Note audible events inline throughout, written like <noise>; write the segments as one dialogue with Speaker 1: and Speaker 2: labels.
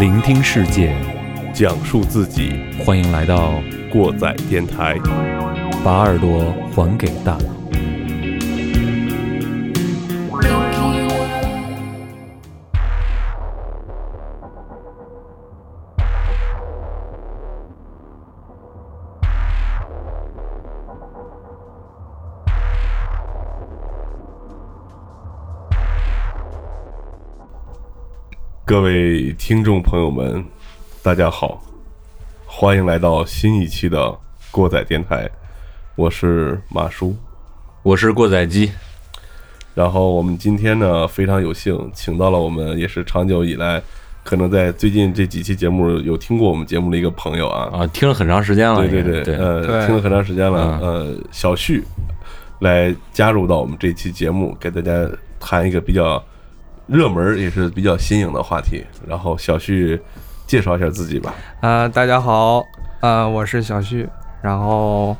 Speaker 1: 聆听世界，
Speaker 2: 讲述自己，
Speaker 1: 欢迎来到
Speaker 2: 过载电台。
Speaker 1: 把耳朵还给大脑。
Speaker 2: 各位听众朋友们，大家好，欢迎来到新一期的过载电台，我是马叔。
Speaker 3: 我是过载机，
Speaker 2: 然后我们今天呢，非常有幸请到了我们也是长久以来，可能在最近这几期节目有听过我们节目的一个朋友啊，
Speaker 3: 啊，听了很长时间了，
Speaker 2: 对对
Speaker 3: 应该
Speaker 2: 对，
Speaker 3: 对，
Speaker 2: 呃，
Speaker 4: 对
Speaker 2: 听了很长时间了，呃，小旭来加入到我们这期节目，给大家谈一个比较热门儿也是比较新颖的话题。然后小旭介绍一下自己 <laughs> 吧，
Speaker 4: 呃，大家好，呃，我是小旭，然后，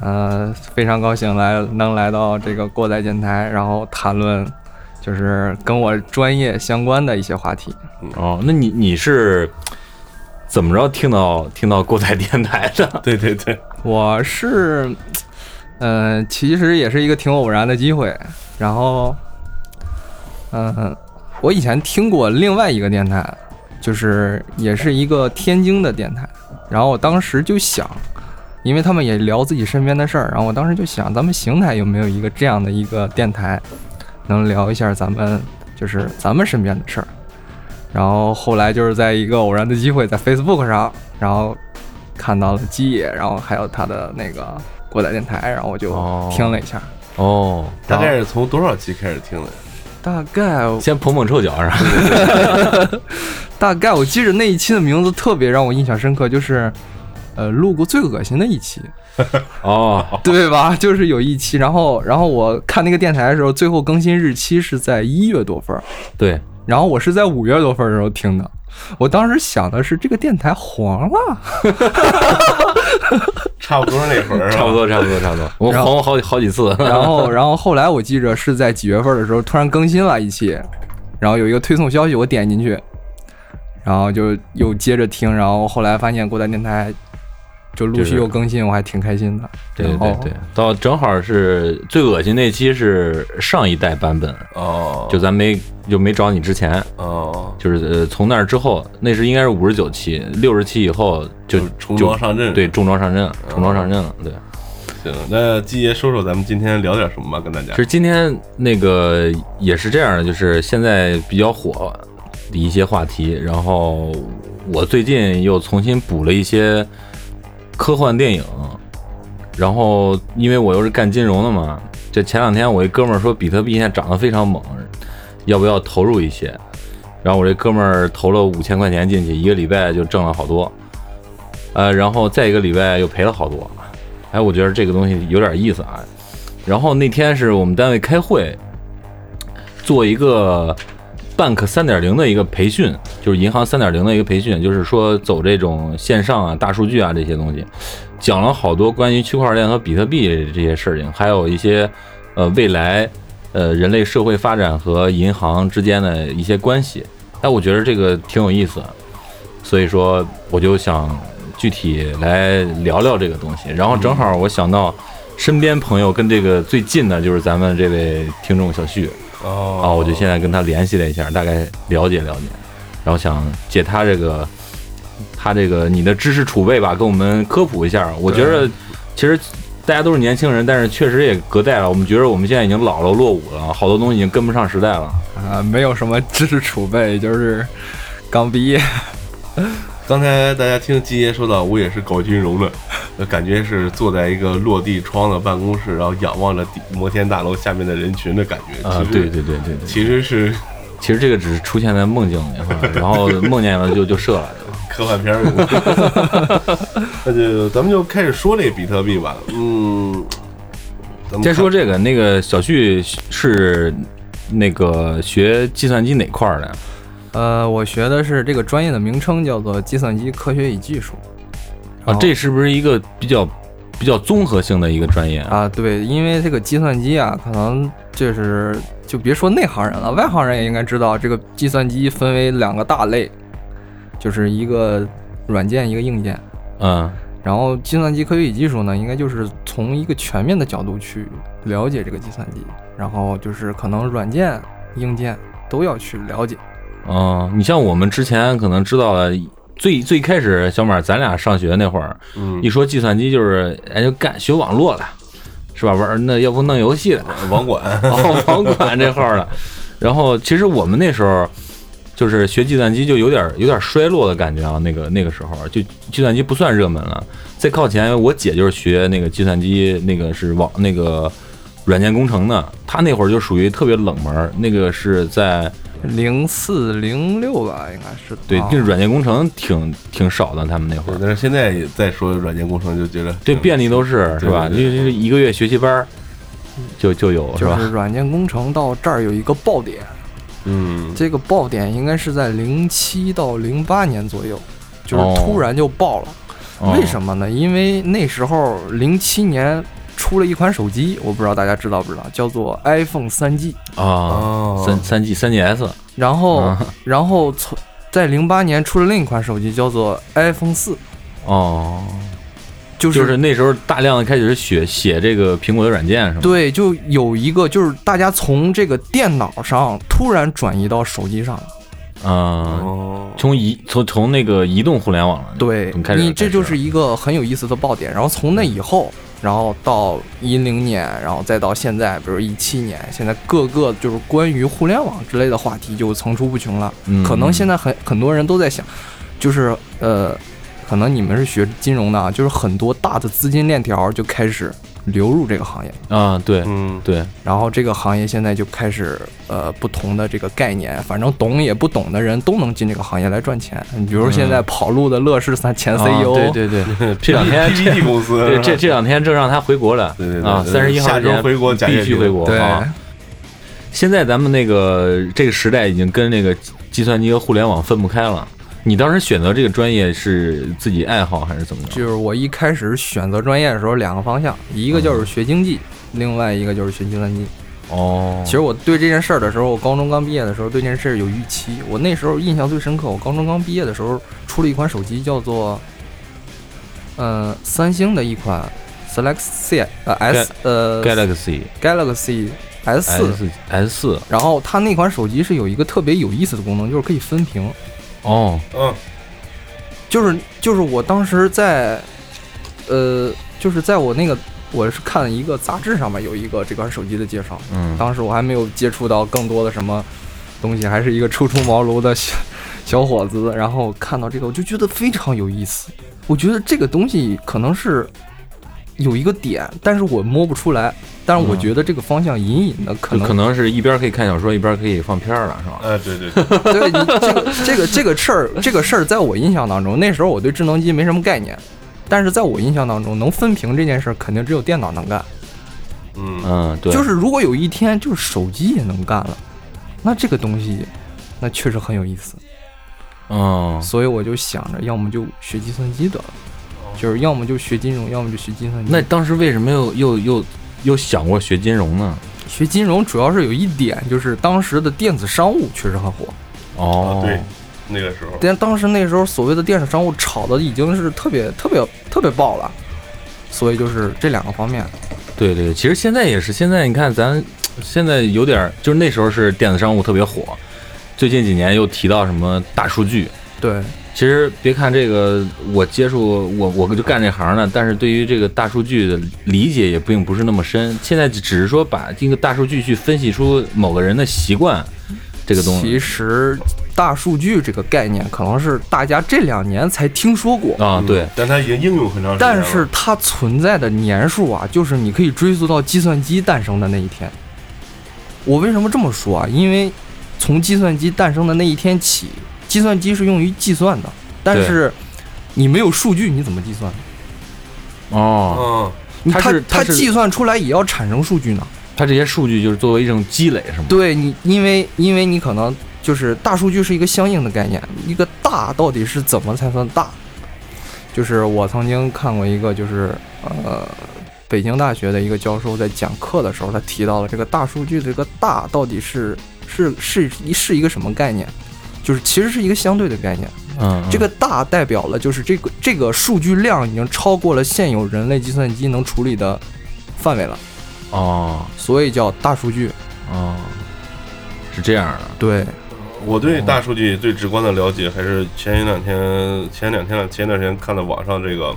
Speaker 4: 呃，非常高兴来能来到这个过载电台，然后谈论就是跟我专业相关的一些话题。
Speaker 3: 哦，那你你是怎么着听到听到过载电台的？ <laughs>
Speaker 2: 对对对，
Speaker 4: 我是，呃，其实也是一个挺偶然的机会，然后，嗯、我以前听过另外一个电台，就是也是一个天津的电台，然后我当时就想，因为他们也聊自己身边的事儿，然后我当时就想，咱们邢台有没有一个这样的一个电台，能聊一下咱们就是咱们身边的事儿。然后后来就是在一个偶然的机会，在 Facebook 上，然后看到了基野，然后还有他的那个过载电台，然后我就
Speaker 3: 哦
Speaker 4: 听了一下，
Speaker 3: 哦，
Speaker 2: 大概是从多少期开始听的？
Speaker 4: 大概
Speaker 3: 先捧捧臭脚是吧？
Speaker 4: 大概我记着那一期的名字特别让我印象深刻，就是，呃，录过最恶心的一期，
Speaker 3: 哦，
Speaker 4: 对吧？ <laughs> 就是有一期，然后然后我看那个电台的时候，最后更新日期是在一月多份儿，
Speaker 3: 对，
Speaker 4: 然后我是在五月多份儿的时候听的，我当时想的是这个电台黄了， <laughs>
Speaker 2: 差不多那会儿，啊
Speaker 3: 差不。多差不多差不多，我
Speaker 4: 然后
Speaker 3: 晃过好几好
Speaker 2: <laughs>
Speaker 3: 几次，
Speaker 4: 然后然后后来我记着是在几月份儿的时候突然更新了一期，然后有一个推送消息，我点进去，然后就又接着听，然后后来发现过载电台。就陆
Speaker 3: 就
Speaker 4: 续
Speaker 3: 是
Speaker 4: 又更新，我还挺开心的。
Speaker 3: 对对
Speaker 4: 然后
Speaker 3: 对对，到正好是最恶心那期是上一代版本，
Speaker 2: 哦，
Speaker 3: 就咱没就没找你之前，
Speaker 2: 哦，
Speaker 3: 就是呃从那儿之后，那是应该是五十九期，六十期以后就
Speaker 2: 就重装上阵。哦
Speaker 3: 就对，重装上阵，重装上阵了，对。
Speaker 2: 行。那季爷说说咱们今天聊点什么吧，跟大家
Speaker 3: 其。实今天那个也是这样的，就是现在比较火的一些话题，然后我最近又重新补了一些科幻电影，然后因为我又是干金融的嘛，这前两天我一哥们儿说比特币现在涨得非常猛，要不要投入一些？然后我这哥们儿投了五千块钱进去，一个礼拜就挣了好多，呃，然后再一个礼拜又赔了好多。哎，我觉得这个东西有点意思啊，然后那天是我们单位开会，做一个 Bank 三点零的一个培训，就是银行三点零的一个培训，就是说走这种线上啊、大数据啊这些东西，讲了好多关于区块链和比特币这些事情，还有一些呃未来呃人类社会发展和银行之间的一些关系。哎，我觉得这个挺有意思，所以说我就想具体来聊聊这个东西。然后正好我想到身边朋友跟这个最近的就是咱们这位听众小旭啊，
Speaker 2: 哦
Speaker 3: 我就现在跟他联系了一下，大概了解了解，然后想借他这个嗯他这个你的知识储备吧，跟我们科普一下。我觉得其实。大家都是年轻人，但是确实也隔代了。我们觉得我们现在已经老了落伍了，好多东西已经跟不上时代了。
Speaker 4: 啊、没有什么知识储备，就是刚毕业。
Speaker 2: 刚才大家听金爷说到，我也是搞金融的，呃感觉是坐在一个落地窗的办公室，然后仰望着地摩天大楼下面的人群的感觉。
Speaker 3: 啊
Speaker 2: 其，实
Speaker 3: 对对对对对。
Speaker 2: 其实是
Speaker 3: 其实这个只是出现在梦境里，然后梦见了就就射了。
Speaker 2: 科幻片儿。
Speaker 3: <laughs>
Speaker 2: 那就咱们就开始说这比特币吧。嗯，咱们
Speaker 3: 再说
Speaker 2: 看
Speaker 3: 这个，那个小旭是那个学计算机哪块儿的啊呀？
Speaker 4: 呃，我学的是这个专业的名称叫做计算机科学与技术。
Speaker 3: 啊
Speaker 4: 哦，
Speaker 3: 这是不是一个比较比较综合性的一个专业啊？
Speaker 4: 啊，对，因为这个计算机啊，可能就是就别说内行人了，外行人也应该知道，这个计算机分为两个大类，就是一个软件一个硬件。
Speaker 3: 嗯
Speaker 4: 然后计算机科学与技术呢，应该就是从一个全面的角度去了解这个计算机，然后就是可能软件、硬件都要去了解。
Speaker 3: 哦，你像我们之前可能知道了，最最开始小马咱俩上学那会儿，
Speaker 2: 嗯
Speaker 3: 一，说计算机就是哎就干学网络的，是吧？玩那要不弄游戏的，
Speaker 2: 网管，
Speaker 3: <laughs> 哦，网管这号儿的。然后其实我们那时候就是学计算机就有点有点衰落的感觉啊，那个那个时候就计算机不算热门了。再靠前，我姐就是学那个计算机，那个是网那个软件工程的，她那会儿就属于特别冷门儿，那个是在
Speaker 4: 零四零六吧，应该是
Speaker 3: 对，
Speaker 4: 啊
Speaker 3: 这软件工程挺挺少的，他们那会
Speaker 2: 对
Speaker 3: 儿。
Speaker 2: 但是现在也在说软件工程，就觉得
Speaker 3: 对，遍历都是是
Speaker 2: 对
Speaker 3: 吧？就
Speaker 2: 对对
Speaker 3: 是一个月学习班儿就就有是
Speaker 4: 就
Speaker 3: 吧？
Speaker 4: 是软件工程到这儿有一个爆点，
Speaker 2: 嗯，
Speaker 4: 这个爆点应该是在零七到零八年左右，就是
Speaker 3: 哦
Speaker 4: 突然就爆了。为什
Speaker 3: 么？
Speaker 4: 么呢？因为那时候零七年出了一款手机，我不知道大家知道不知道，叫做 iPhone 三 G。
Speaker 3: 啊，
Speaker 2: 哦，
Speaker 3: 三三 G 三 GS
Speaker 4: 然后，
Speaker 3: 啊
Speaker 4: 然后从在零八年出了另一款手机，叫做 iPhone 四，
Speaker 3: 哦。
Speaker 4: 就、
Speaker 3: 就是是那时候大量的开始写写这个苹果的啊软件是吗？
Speaker 4: 对，就有一个就是大家从这个电脑上突然转移到手机上了。
Speaker 3: 啊，
Speaker 2: 哦，
Speaker 3: 从移从从那个移动互联网了，
Speaker 4: 对
Speaker 3: 从开始
Speaker 4: 你这就
Speaker 3: 开始
Speaker 4: 是一个很有意思的爆点。然后从那以后，然后到一零年，然后再到现在，比如一七年，现在各个就是关于互联网之类的话题就层出不穷了。
Speaker 3: 嗯
Speaker 4: 可能现在很很多人都在想，就是呃，可能你们是学金融的啊，就是很多大的资金链条就开始流入这个行业，
Speaker 3: 啊，对
Speaker 2: 嗯，
Speaker 3: 对，
Speaker 4: 然后这个行业现在就开始呃不同的这个概念，反正懂也不懂的人都能进这个行业来赚钱。你比如现在跑路的乐视三前
Speaker 3: 嗯
Speaker 4: E
Speaker 3: 啊
Speaker 4: CEO，、
Speaker 3: 对对对，
Speaker 2: <laughs>
Speaker 3: 这两天
Speaker 2: PPT 公司，
Speaker 3: 这这这两天正让他回国了，
Speaker 2: 对对对
Speaker 3: 啊，
Speaker 2: 对
Speaker 3: 三十一号
Speaker 2: 下周
Speaker 3: 之前
Speaker 2: 回国假
Speaker 3: 必
Speaker 2: 期
Speaker 3: 须回国
Speaker 4: 对
Speaker 3: 啊。现在咱们那个这个时代已经跟那个计算机和互联网分不开了。你当时选择这个专业是自己爱好还是怎么着？
Speaker 4: 就是我一开始选择专业的时候，两个方向，一个就是学经济，另外一个就是学计算机。
Speaker 3: 哦，
Speaker 4: 其实我对这件事儿的时候，我高中刚毕业的时候对这件事儿有预期。我那时候印象最深刻，我高中刚毕业的时候出了一款手机，叫做，呃，三星的一款 Galaxy 呃 S 呃
Speaker 3: Galaxy
Speaker 4: Galaxy S 四。
Speaker 3: S S 四
Speaker 4: 然后它那款手机是有一个特别有意思的功能，就是可以分屏。
Speaker 3: 哦，
Speaker 2: 嗯，
Speaker 4: 就是就是我当时在，呃，就是在我那个我是看了一个杂志上面有一个这款手机的介绍，
Speaker 3: 嗯，
Speaker 4: 当时我还没有接触到更多的什么东西，还是一个初出茅庐的小小伙子，然后看到这个我就觉得非常有意思，我觉得这个东西可能是。有一个点，但是我摸不出来，但是我
Speaker 3: 嗯
Speaker 4: 觉得这个方向隐隐的
Speaker 3: 就
Speaker 4: 可能
Speaker 3: 可能是一边可以看小说，一边可以放片儿了，是吧？
Speaker 2: 啊，对对对，
Speaker 4: 对你这个这个这个事儿，这个事儿在我印象当中，那时候我对智能机没什么概念，但是在我印象当中，能分屏这件事儿肯定只有电脑能干。
Speaker 2: 嗯，
Speaker 3: 嗯，对，
Speaker 4: 就是如果有一天就是手机也能干了，那这个东西，那确实很有意思。
Speaker 3: 嗯，
Speaker 4: 所以我就想着，要么就学计算机得了，就是要么就学金融，要么就学计算机。
Speaker 3: 那当时为什么又又又又想过学金融呢？
Speaker 4: 学金融主要是有一点，就是当时的电子商务确实很火，
Speaker 3: 哦，
Speaker 2: 啊对，那个时候，
Speaker 4: 但当时那时候所谓的电子商务炒的已经是特别特别特别爆了，所以就是这两个方面。
Speaker 3: 对对，其实现在也是，现在你看咱现在有点儿，就是那时候是电子商务特别火，最近几年又提到什么大数据。
Speaker 4: 对，
Speaker 3: 其实别看这个，我接触我我就干这行的，但是对于这个大数据的理解也并不是那么深。现在只是说把这个大数据去分析出某个人的习惯，这个东
Speaker 4: 其
Speaker 3: 西
Speaker 4: 实大数据这个概念可能是大家这两年才听说过，
Speaker 3: 啊，对
Speaker 2: 嗯，，但它已经应用很长时间了，
Speaker 4: 但是它存在的年数啊，就是你可以追溯到计算机诞生的那一天。我为什么这么说啊？因为从计算机诞生的那一天起，计算机是用于计算的，但
Speaker 3: 对
Speaker 4: 是你没有数据，你怎么计算？
Speaker 2: 嗯，
Speaker 3: 哦，
Speaker 4: 你
Speaker 3: 它是
Speaker 4: 它
Speaker 3: 它是
Speaker 4: 计算出来也要产生数据呢。
Speaker 3: 它这些数据就是作为一种积累，是吗？
Speaker 4: 对你，因为因为你可能就是大数据是一个相应的概念，一个大到底是怎么才算大？就是我曾经看过一个，就是呃，北京大学的一个教授在讲课的时候，他提到了这个大数据的这个大到底是是是是一个什么概念？就是其实是一个相对的概念。
Speaker 3: 嗯，
Speaker 4: 这个大代表了就是这个这个数据量已经超过了现有人类计算机能处理的范围了，
Speaker 3: 哦
Speaker 4: 所以叫大数据。
Speaker 3: 哦，是这样的，
Speaker 4: 对，
Speaker 2: 我对大数据最直观的了解还是前一两天、前两天、前一段时间看了网上这个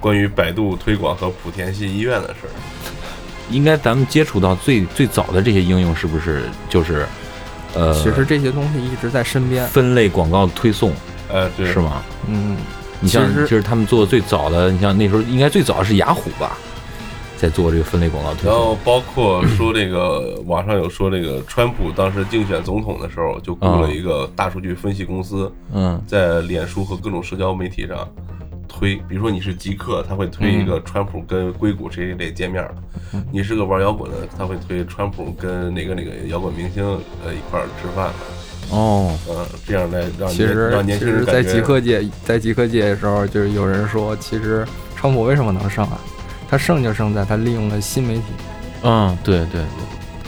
Speaker 2: 关于百度推广和莆田系医院的事儿。
Speaker 3: 应该咱们接触到最最早的这些应用是不是就是呃，
Speaker 4: 其实这些东西一直在身边。
Speaker 3: 分类广告推送
Speaker 2: 呃，对，
Speaker 3: 是吗？
Speaker 4: 嗯，
Speaker 3: 你像
Speaker 4: 其实
Speaker 3: 就是他们做最早的，你像那时候应该最早是雅虎吧，在做这个分类广告推
Speaker 2: 然
Speaker 4: 哦
Speaker 3: 送。
Speaker 2: 后包括说这个网上有说这个川普当时竞选总统的时候，就雇了一个大数据分析公司，
Speaker 3: 嗯
Speaker 2: 在脸书和各种社交媒体上推，比如说你是极客，他会推
Speaker 4: 嗯
Speaker 2: 一个川普跟硅谷谁谁谁见面儿；你是个玩摇滚的，他会推川普跟哪个哪个摇滚明星呃一块儿吃饭，
Speaker 3: 哦，
Speaker 2: 嗯，这样来让
Speaker 4: 其
Speaker 2: 年
Speaker 4: 实
Speaker 2: 让年
Speaker 4: 其
Speaker 2: 轻人
Speaker 4: 实，
Speaker 2: 感
Speaker 4: 在
Speaker 2: 觉
Speaker 4: 极客界，在极客界的时候，就是有人说，其实川普为什么能胜啊？他胜就胜在他利用了新媒体，
Speaker 3: 嗯，对对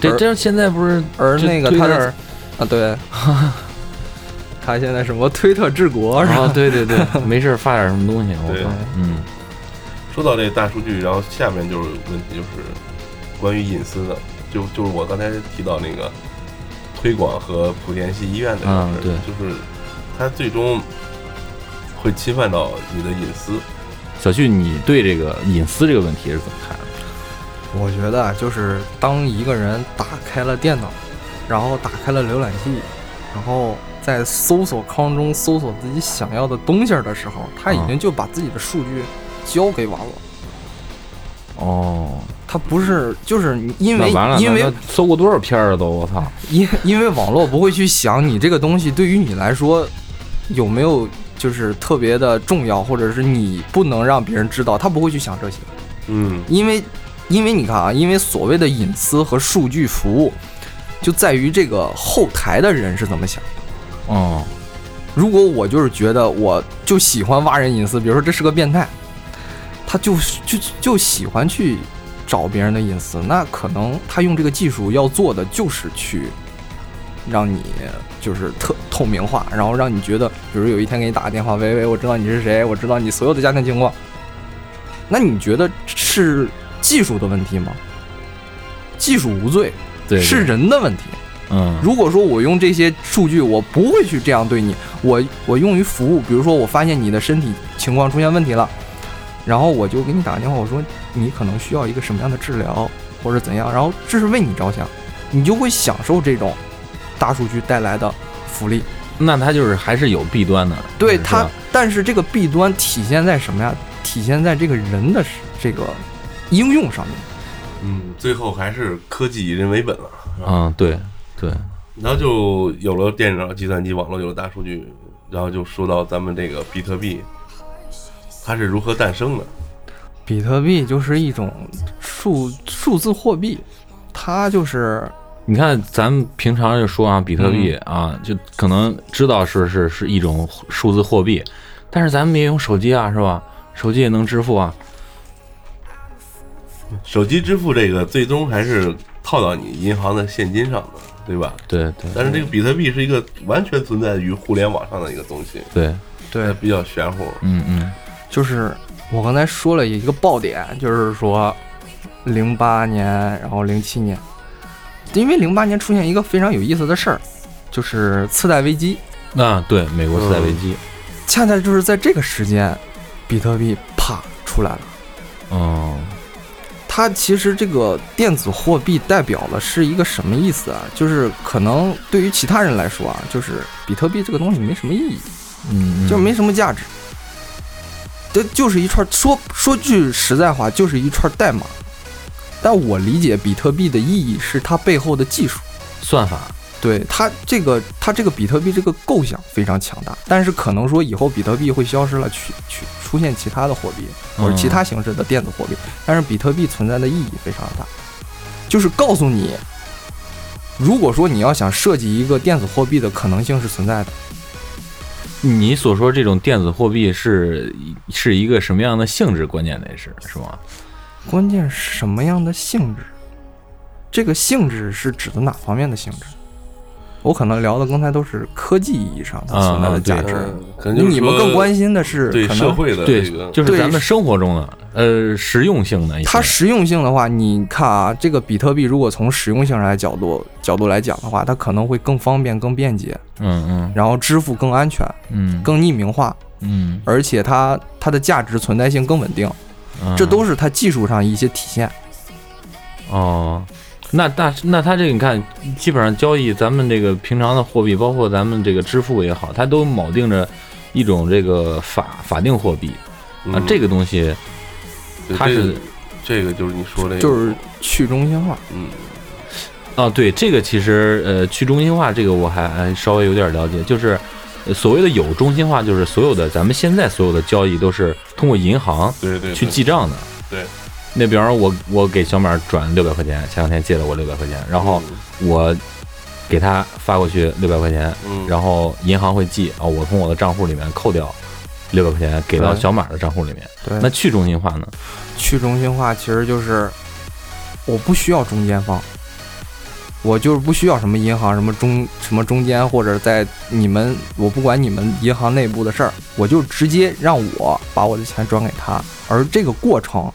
Speaker 3: 对，这
Speaker 4: 而
Speaker 3: 这现在不是
Speaker 4: 而
Speaker 3: 这
Speaker 4: 那个
Speaker 3: 推
Speaker 4: 他
Speaker 3: 特
Speaker 4: 的啊， <laughs> 对，他现在什么推特治国是吧？
Speaker 3: 啊，对对对，
Speaker 4: <laughs>
Speaker 3: 没事儿发点什么东西，我
Speaker 2: 对
Speaker 3: 操，嗯，
Speaker 2: 说到这大数据，然后下面就是问题，就是关于隐私的，就就是我刚才提到那个推广和莆田系医院的这个
Speaker 3: 嗯
Speaker 2: 事儿，
Speaker 3: 对
Speaker 2: 就是它最终会侵犯到你的隐私。
Speaker 3: 小旭，你对这个隐私这个问题是怎么看的？
Speaker 4: 我觉得啊就是当一个人打开了电脑，然后打开了浏览器，然后在搜索框中搜索自己想要的东西儿的时候，他已经就把自己的数据交给
Speaker 3: <laughs>
Speaker 4: 网络。
Speaker 3: 哦，
Speaker 4: 他不是，就是你因为
Speaker 3: 那完了，
Speaker 4: 因
Speaker 3: 那
Speaker 4: 为
Speaker 3: 那搜过多少片儿了都，我操，
Speaker 4: 因因为网络不会去想你这个东西对于你来说有没有就是特别的重要，或者是你不能让别人知道，他不会去想这些。
Speaker 2: 嗯，
Speaker 4: 因为因为你看啊，因为所谓的隐私和数据服务，就在于这个后台的人是怎么想的。
Speaker 3: 哦，
Speaker 4: 如果我就是觉得我就喜欢挖人隐私，比如说这是个变态，他就就就喜欢去找别人的隐私，那可能他用这个技术要做的就是去让你就是特透明化，然后让你觉得，比如有一天给你打个电话，喂喂，我知道你是谁，我知道你所有的家庭情况，那你觉得是技术的问题吗？技术无罪，
Speaker 3: 对，
Speaker 4: 是
Speaker 3: 对，
Speaker 4: 人的问题。
Speaker 3: 嗯，
Speaker 4: 如果说我用这些数据，我不会去这样对你，我我用于服务，比如说我发现你的身体情况出现问题了，然后我就给你打个电话，我说你可能需要一个什么样的治疗或者怎样，然后这是为你着想，你就会享受这种大数据带来的福利。
Speaker 3: 那它就是还是有弊端的，
Speaker 4: 对
Speaker 3: 是吧
Speaker 4: 它，但是这个弊端体现在什么呀？体现在这个人的这个应用上面。
Speaker 2: 嗯，最后还是科技以人为本了。
Speaker 3: 嗯，对对，
Speaker 2: 然后就有了电脑、计算机、网络，有了大数据，然后就说到咱们这个比特币，它是如何诞生的？
Speaker 4: 比特币就是一种数数字货币，它就是
Speaker 3: 你看，咱们平常就说啊，比特币
Speaker 4: 嗯
Speaker 3: 啊，就可能知道是是是一种数字货币，但是咱们也用手机啊，是吧？手机也能支付啊。
Speaker 2: 手机支付这个最终还是套到你银行的现金上的，对吧？
Speaker 3: 对对
Speaker 2: 但是这个比特币是一个完全存在于互联网上的一个东西，
Speaker 3: 对，
Speaker 4: 对
Speaker 2: 它比较玄乎。
Speaker 3: 嗯嗯，
Speaker 4: 就是我刚才说了一个爆点，就是说零八年，然后零七年，因为零八年出现一个非常有意思的事儿，就是次贷危机，
Speaker 3: 那啊对美国次贷危机，
Speaker 4: 恰恰就是在这个时间，比特币啪出来了。
Speaker 3: 嗯
Speaker 4: 它其实这个电子货币代表的是一个什么意思啊？就是可能对于其他人来说啊，就是比特币这个东西没什么意义，
Speaker 3: 嗯，
Speaker 4: 就没什么价值。这就是一串说说句实在话，就是一串代码。但我理解比特币的意义是它背后的技术，
Speaker 3: 算法，
Speaker 4: 对它这个它这个比特币这个构想非常强大，但是可能说以后比特币会消失了，去去出现其他的货币或者其他形式的电子货币，但是比特币存在的意义非常大，就是告诉你，如果说你要想设计一个电子货币的可能性是存在的。
Speaker 3: 你所说这种电子货币是是一个什么样的性质？关键得是是吗？
Speaker 4: 关键是什么样的性质？这个性质是指的哪方面的性质？我可能聊的刚才都是科技意义上它存在的价值，
Speaker 2: 嗯，可啊能就是
Speaker 4: 你们
Speaker 2: 说
Speaker 4: 更关心的是
Speaker 2: 对
Speaker 4: 可
Speaker 2: 社
Speaker 4: 能
Speaker 2: 会的
Speaker 3: 对
Speaker 2: 这个，，
Speaker 3: 就是
Speaker 4: 对
Speaker 3: 咱们生活中的呃实用性的一些，
Speaker 4: 它实用性的话，你看啊，这个比特币如果从实用性来角度角度来讲的话，它可能会更方便、更便捷，
Speaker 3: 嗯
Speaker 4: 然后支付更安全、
Speaker 3: 嗯嗯
Speaker 4: 更匿名化，
Speaker 3: 嗯，
Speaker 4: 而且它它的价值存在性更稳定，
Speaker 3: 嗯
Speaker 4: 这都是它技术上一些体现。
Speaker 3: 哦，那大那它这个你看，基本上交易咱们这个平常的货币，包括咱们这个支付也好，它都铆定着一种这个法法定货币啊，
Speaker 2: 嗯
Speaker 3: 这个东西
Speaker 2: 对
Speaker 3: 它
Speaker 2: 这
Speaker 3: 是
Speaker 2: 个这个就是你说的，
Speaker 4: 就是去中心化，
Speaker 2: 嗯，
Speaker 3: 啊，对这个其实呃去中心化这个我还还稍微有点了解，就是。呃所谓的有中心化，就是所有的咱们现在所有的交易都是通过银行
Speaker 2: 对对对，
Speaker 3: 去记账的。
Speaker 2: 对，
Speaker 3: 那比方说我我给小马转六百块钱，前两天借了我六百块钱，然后
Speaker 2: 嗯
Speaker 3: 我给他发过去六百块钱，
Speaker 2: 嗯，
Speaker 3: 然后银行会记啊、我从我的账户里面扣掉六百块钱给到
Speaker 4: 对
Speaker 3: 小马的账户里面。
Speaker 4: 对，
Speaker 3: 那去中心化呢？
Speaker 4: 去中心化其实就是我不需要中间方，我就是不需要什么银行、什么中、什么中间，或者在你们，我不管你们银行内部的事儿，我就直接让我把我的钱转给他，而这个过程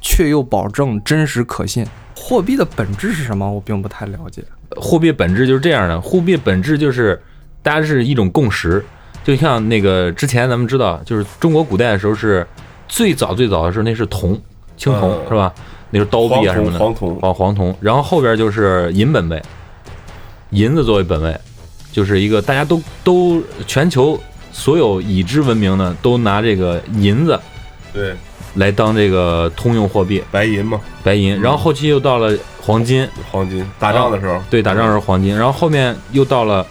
Speaker 4: 却又保证真实可信。货币的本质是什么？我并不太了解。
Speaker 3: 货币本质就是这样的，货币本质就是大家是一种共识，就像那个之前咱们知道，就是中国古代的时候是最早最早的时候那是铜、青铜、
Speaker 2: 嗯
Speaker 3: 是吧？那是刀
Speaker 2: 黄
Speaker 3: 币啊什么
Speaker 2: 铜
Speaker 3: 的，
Speaker 2: 黄铜，
Speaker 3: 哦，黄铜，然后后边就是银本位，银子作为本位，就是一个大家都都全球所有已知文明呢都拿这个银子
Speaker 2: 对，
Speaker 3: 来当这个通用货币，
Speaker 2: 白银嘛，
Speaker 3: 白银，然后后期又到了黄金，
Speaker 2: 黄金，打仗的时候，
Speaker 3: 对，打仗时候黄金，然后后面又到了。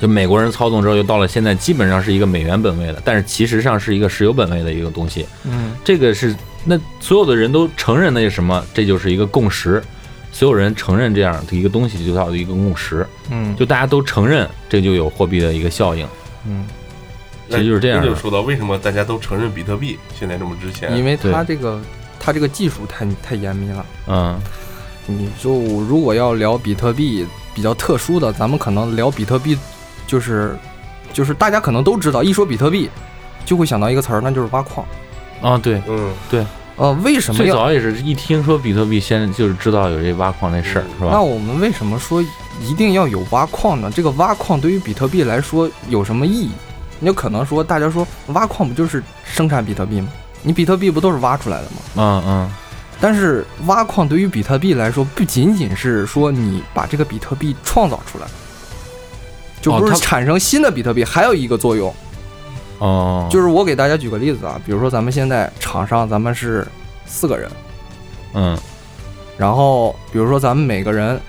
Speaker 3: 就美国人操纵之后，又到了现在，基本上是一个美元本位的，但是其实上是一个石油本位的一个东西。
Speaker 4: 嗯，
Speaker 3: 这个是那所有的人都承认那是什么，这就是一个共识，所有人承认这样的一个东西就叫做一个共识，
Speaker 4: 嗯，
Speaker 3: 就大家都承认，这就有货币的一个效应。
Speaker 4: 嗯，
Speaker 3: 其实就是这样
Speaker 2: 就说到为什么大家都承认比特币现在这么值钱，
Speaker 4: 因为它
Speaker 3: 对
Speaker 4: 这个它这个技术太太严密了。
Speaker 3: 嗯，
Speaker 4: 你就如果要聊比特币比较特殊的，咱们可能聊比特币，就是就是大家可能都知道，一说比特币就会想到一个词儿，那就是挖矿。
Speaker 3: 啊，对，
Speaker 2: 嗯，
Speaker 4: 呃，为什么
Speaker 3: 最
Speaker 4: 要？
Speaker 3: 早也是一听说比特币，先就是知道有这挖矿这事儿，是
Speaker 4: 那
Speaker 3: 吧？
Speaker 4: 我们为什么说一定要有挖矿呢？这个挖矿对于比特币来说有什么意义？你有可能说，大家说挖矿不就是生产比特币吗？你比特币不都是挖出来的吗？
Speaker 3: 嗯嗯，
Speaker 4: 但是挖矿对于比特币来说，不仅仅是说你把这个比特币创造出来，就
Speaker 3: 哦
Speaker 4: 不是
Speaker 3: 它
Speaker 4: 产生新的比特币，还有一个作用
Speaker 3: 哦，
Speaker 4: 就是是我给大家举个例子啊，比如说咱们现在场上咱们是四个人，
Speaker 3: 嗯
Speaker 4: 然后比如说咱们每个人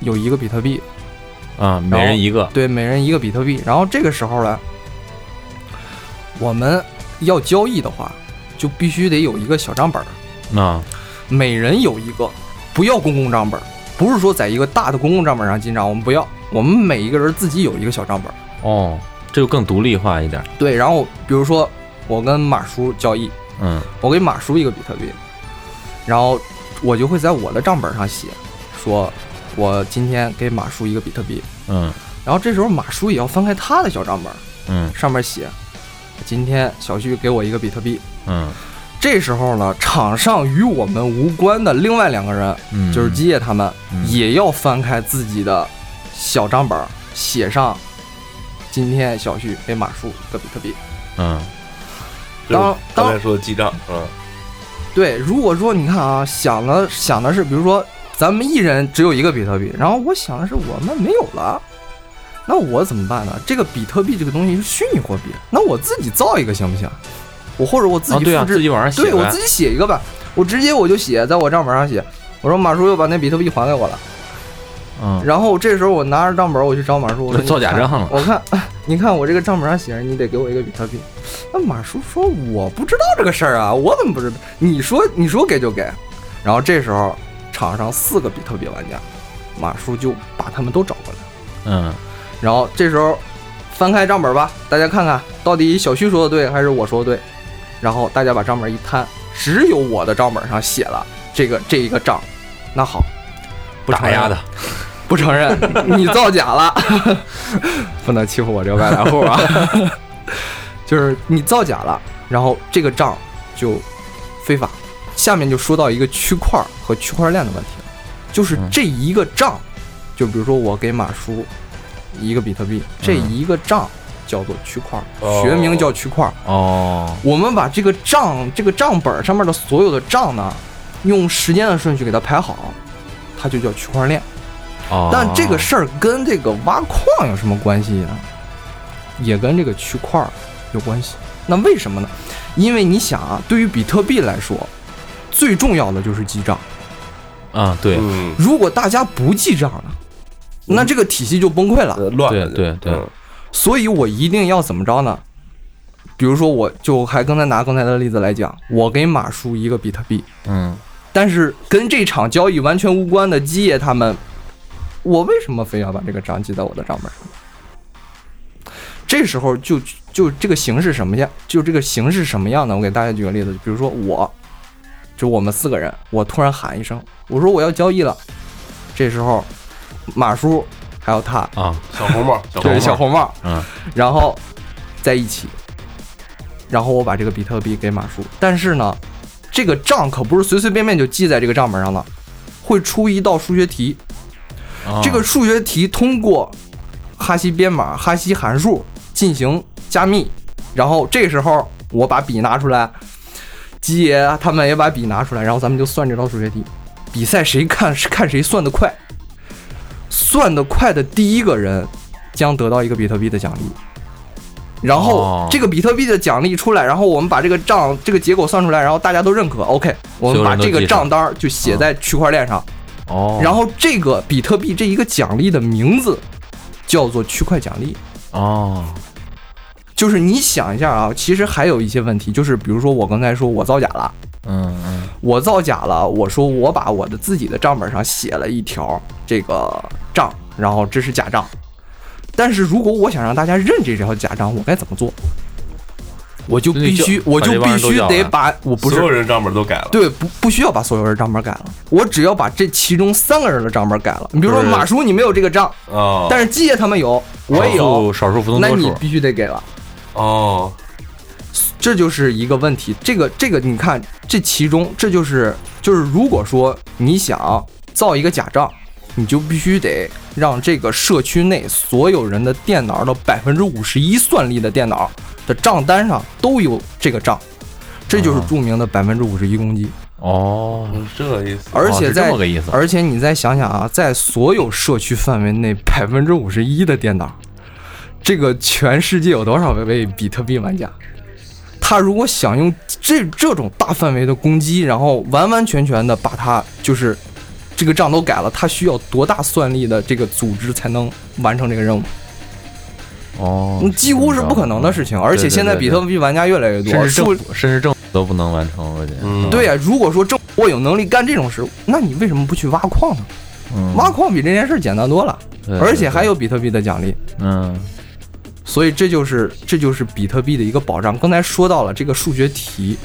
Speaker 4: 有一个比特币，
Speaker 3: 啊，每人一个，
Speaker 4: 对，每人一个比特币，然后这个时候呢，我们要交易的话，就必须得有一个小账本儿。
Speaker 3: 那
Speaker 4: 每人有一个，不要公共账本儿，不是说在一个大的公共账本上进账，我们不要，我们每一个人自己有一个小账本儿。
Speaker 3: 哦，这就更独立化一点，
Speaker 4: 对，然后比如说我跟马叔交易，
Speaker 3: 嗯
Speaker 4: 我给马叔一个比特币，然后我就会在我的账本上写，说我今天给马叔一个比特币，
Speaker 3: 嗯
Speaker 4: 然后这时候马叔也要翻开他的小账本儿，
Speaker 3: 嗯
Speaker 4: 上面写今天小旭给我一个比特币。
Speaker 3: 嗯
Speaker 4: 这时候呢，场上与我们无关的另外两个人
Speaker 3: 嗯，
Speaker 4: 就是基业他们
Speaker 3: 嗯
Speaker 4: 也要翻开自己的小账本儿，写上今天小旭给马叔一个比特币。
Speaker 3: 嗯
Speaker 4: 当
Speaker 2: 就是刚才说的记账，嗯，
Speaker 4: 对，如果说你看啊，想的想的是，比如说咱们一人只有一个比特币，然后我想的是我们没有了，那我怎么办呢？这个比特币这个东西是虚拟货币，那我自己造一个行不行？我或者我自
Speaker 3: 啊，
Speaker 4: 己
Speaker 3: 对啊，
Speaker 4: 复制
Speaker 3: 自己往上写呗，
Speaker 4: 对我自己写一个吧，我直接我就写在我账本上写，我说马叔又把那比特币还给我了。
Speaker 3: 嗯
Speaker 4: 然后这时候我拿着账本，我去找马叔，我说
Speaker 3: 造假账了
Speaker 4: 我看， <laughs> 你看我这个账本上写着，你得给我一个比特币。那马叔说我不知道这个事儿啊，我怎么不知道？你说你说给就给。然后这时候场上四个比特币玩家，啊马叔就把他们都找过来。
Speaker 3: 嗯
Speaker 4: 然后这时候翻开账本吧，大家看看到底小旭说的对还是我说的对。然后大家把账本一摊，只有我的账本上写了这个这一个账。那好，不承
Speaker 3: 打
Speaker 4: 认
Speaker 3: 压的，
Speaker 4: 不承认， <laughs> 你造假了， <laughs> 不能欺负我这个外来户 <laughs> 啊！就是你造假了，然后这个账就非法。下面就说到一个区块儿和区块链的问题了，就是这一个账，就比如说我给马叔一个比特币，这一个账叫做区块儿，
Speaker 2: 哦
Speaker 4: 学名叫区块儿。
Speaker 3: 哦，
Speaker 4: 我们把这个账这个账本上面的所有的账呢，用时间的顺序给它排好，它就叫区块链。
Speaker 3: 哦
Speaker 4: 但这个事儿跟这个挖矿有什么关系呢？也跟这个区块儿有关系。那为什么呢？因为你想啊，对于比特币来说，最重要的就是记账。
Speaker 3: 啊，对
Speaker 2: 嗯，
Speaker 4: 如果大家不记账了，那这个体系就崩溃了。
Speaker 2: 呃乱
Speaker 3: 对
Speaker 2: 了就
Speaker 3: 对对
Speaker 2: 嗯
Speaker 4: 所以我一定要怎么着呢？比如说，我就还刚才拿刚才的例子来讲，我给马叔一个比特币，
Speaker 3: 嗯，
Speaker 4: 但是跟这场交易完全无关的基业他们，我为什么非要把这个账记到我的账本上？这时候就就这个形式什么样？就这个形式什么样呢？我给大家举个例子，比如说我，就我们四个人，我突然喊一声，我说我要交易了，这时候马叔还有他
Speaker 3: 啊，
Speaker 2: 小红帽，小
Speaker 4: 对，小
Speaker 2: 红帽，
Speaker 4: 红帽，
Speaker 3: 嗯，
Speaker 4: 然后在一起，然后我把这个比特币给马叔，但是呢，这个账可不是随随便便就记在这个账本上了，会出一道数学题，
Speaker 3: 啊
Speaker 4: 这个数学题通过哈希编码、哈希函数进行加密，然后这时候我把笔拿出来，基爷他们也把笔拿出来，然后咱们就算这道数学题，比赛谁看看谁算得快，算得快的第一个人将得到一个比特币的奖励。然后
Speaker 3: 哦
Speaker 4: 这个比特币的奖励出来，然后我们把这个账这个结果算出来，然后大家都认可，OK，我
Speaker 3: 所有人
Speaker 4: 们把
Speaker 3: 都
Speaker 4: 这个
Speaker 3: 记上
Speaker 4: 账单儿就写在区块链上，
Speaker 3: 哦，
Speaker 4: 然后这个比特币这一个奖励的名字叫做区块奖励。
Speaker 3: 哦，
Speaker 4: 就是你想一下啊，其实还有一些问题，就是比如说我刚才说我造假了，
Speaker 3: 嗯嗯，
Speaker 4: 我造假了，我说我把我的自己的账本上写了一条这个账，然后这是假账。但是如果我想让大家认这条假账，我该怎么做？我就必须，
Speaker 3: 那你就
Speaker 4: 我就
Speaker 3: 把这
Speaker 4: 必
Speaker 3: 帮人都
Speaker 4: 须
Speaker 3: 叫来
Speaker 4: 得把我不是
Speaker 2: 所有人账本都改了，
Speaker 4: 对，不不需要把所有人账本改了，我只要把这其中三个人的账本改了。你比如说
Speaker 3: 就是
Speaker 4: 马叔，你没有这个账，
Speaker 2: 啊，
Speaker 4: 但是基业他们有，我也有，
Speaker 3: 哦少数少数服从
Speaker 4: 那
Speaker 3: 多
Speaker 4: 你
Speaker 3: 数，
Speaker 4: 必须得给了，
Speaker 2: 哦，
Speaker 4: 这就是一个问题。这个这个，你看这其中，这就是就是，如果说你想造一个假账，你就必须得让这个社区内所有人的电脑的百分之五十一算力的电脑的账单上都有这个账，这就是
Speaker 3: 啊
Speaker 4: 著名的百分之五十一攻击。
Speaker 3: 哦，
Speaker 2: 嗯这个意思，
Speaker 4: 而
Speaker 3: 哦
Speaker 4: 且
Speaker 3: 是
Speaker 4: 在、
Speaker 3: 这么个意思
Speaker 4: 而且你再想想啊，在所有社区范围内百分之五十一的电脑，这个全世界有多少位比特币玩家？他如果想用这这种大范围的攻击，然后完完全全的把它就是这个账都改了，他需要多大算力的这个组织才能完成这个任务？
Speaker 3: 哦
Speaker 4: 嗯，几乎是不可能的事情。而且现在比特币玩家越来越
Speaker 3: 甚
Speaker 4: 多，
Speaker 3: 至
Speaker 4: 数
Speaker 3: 政府甚至政府都不能完成，我觉得，
Speaker 2: 嗯
Speaker 4: 对呀、如果说政府有能力干这种事，那你为什么不去挖矿呢？
Speaker 3: 嗯
Speaker 4: 挖矿比这件事简单多了，
Speaker 3: 对
Speaker 4: 而且还有比特币的奖励，
Speaker 3: 嗯
Speaker 4: 所以这就是这就是比特币的一个保障。刚才说到了这个数学题，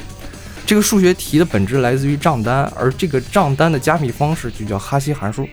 Speaker 4: 这个数学题的本质来自于账单，而这个账单的加密方式就叫哈希函数，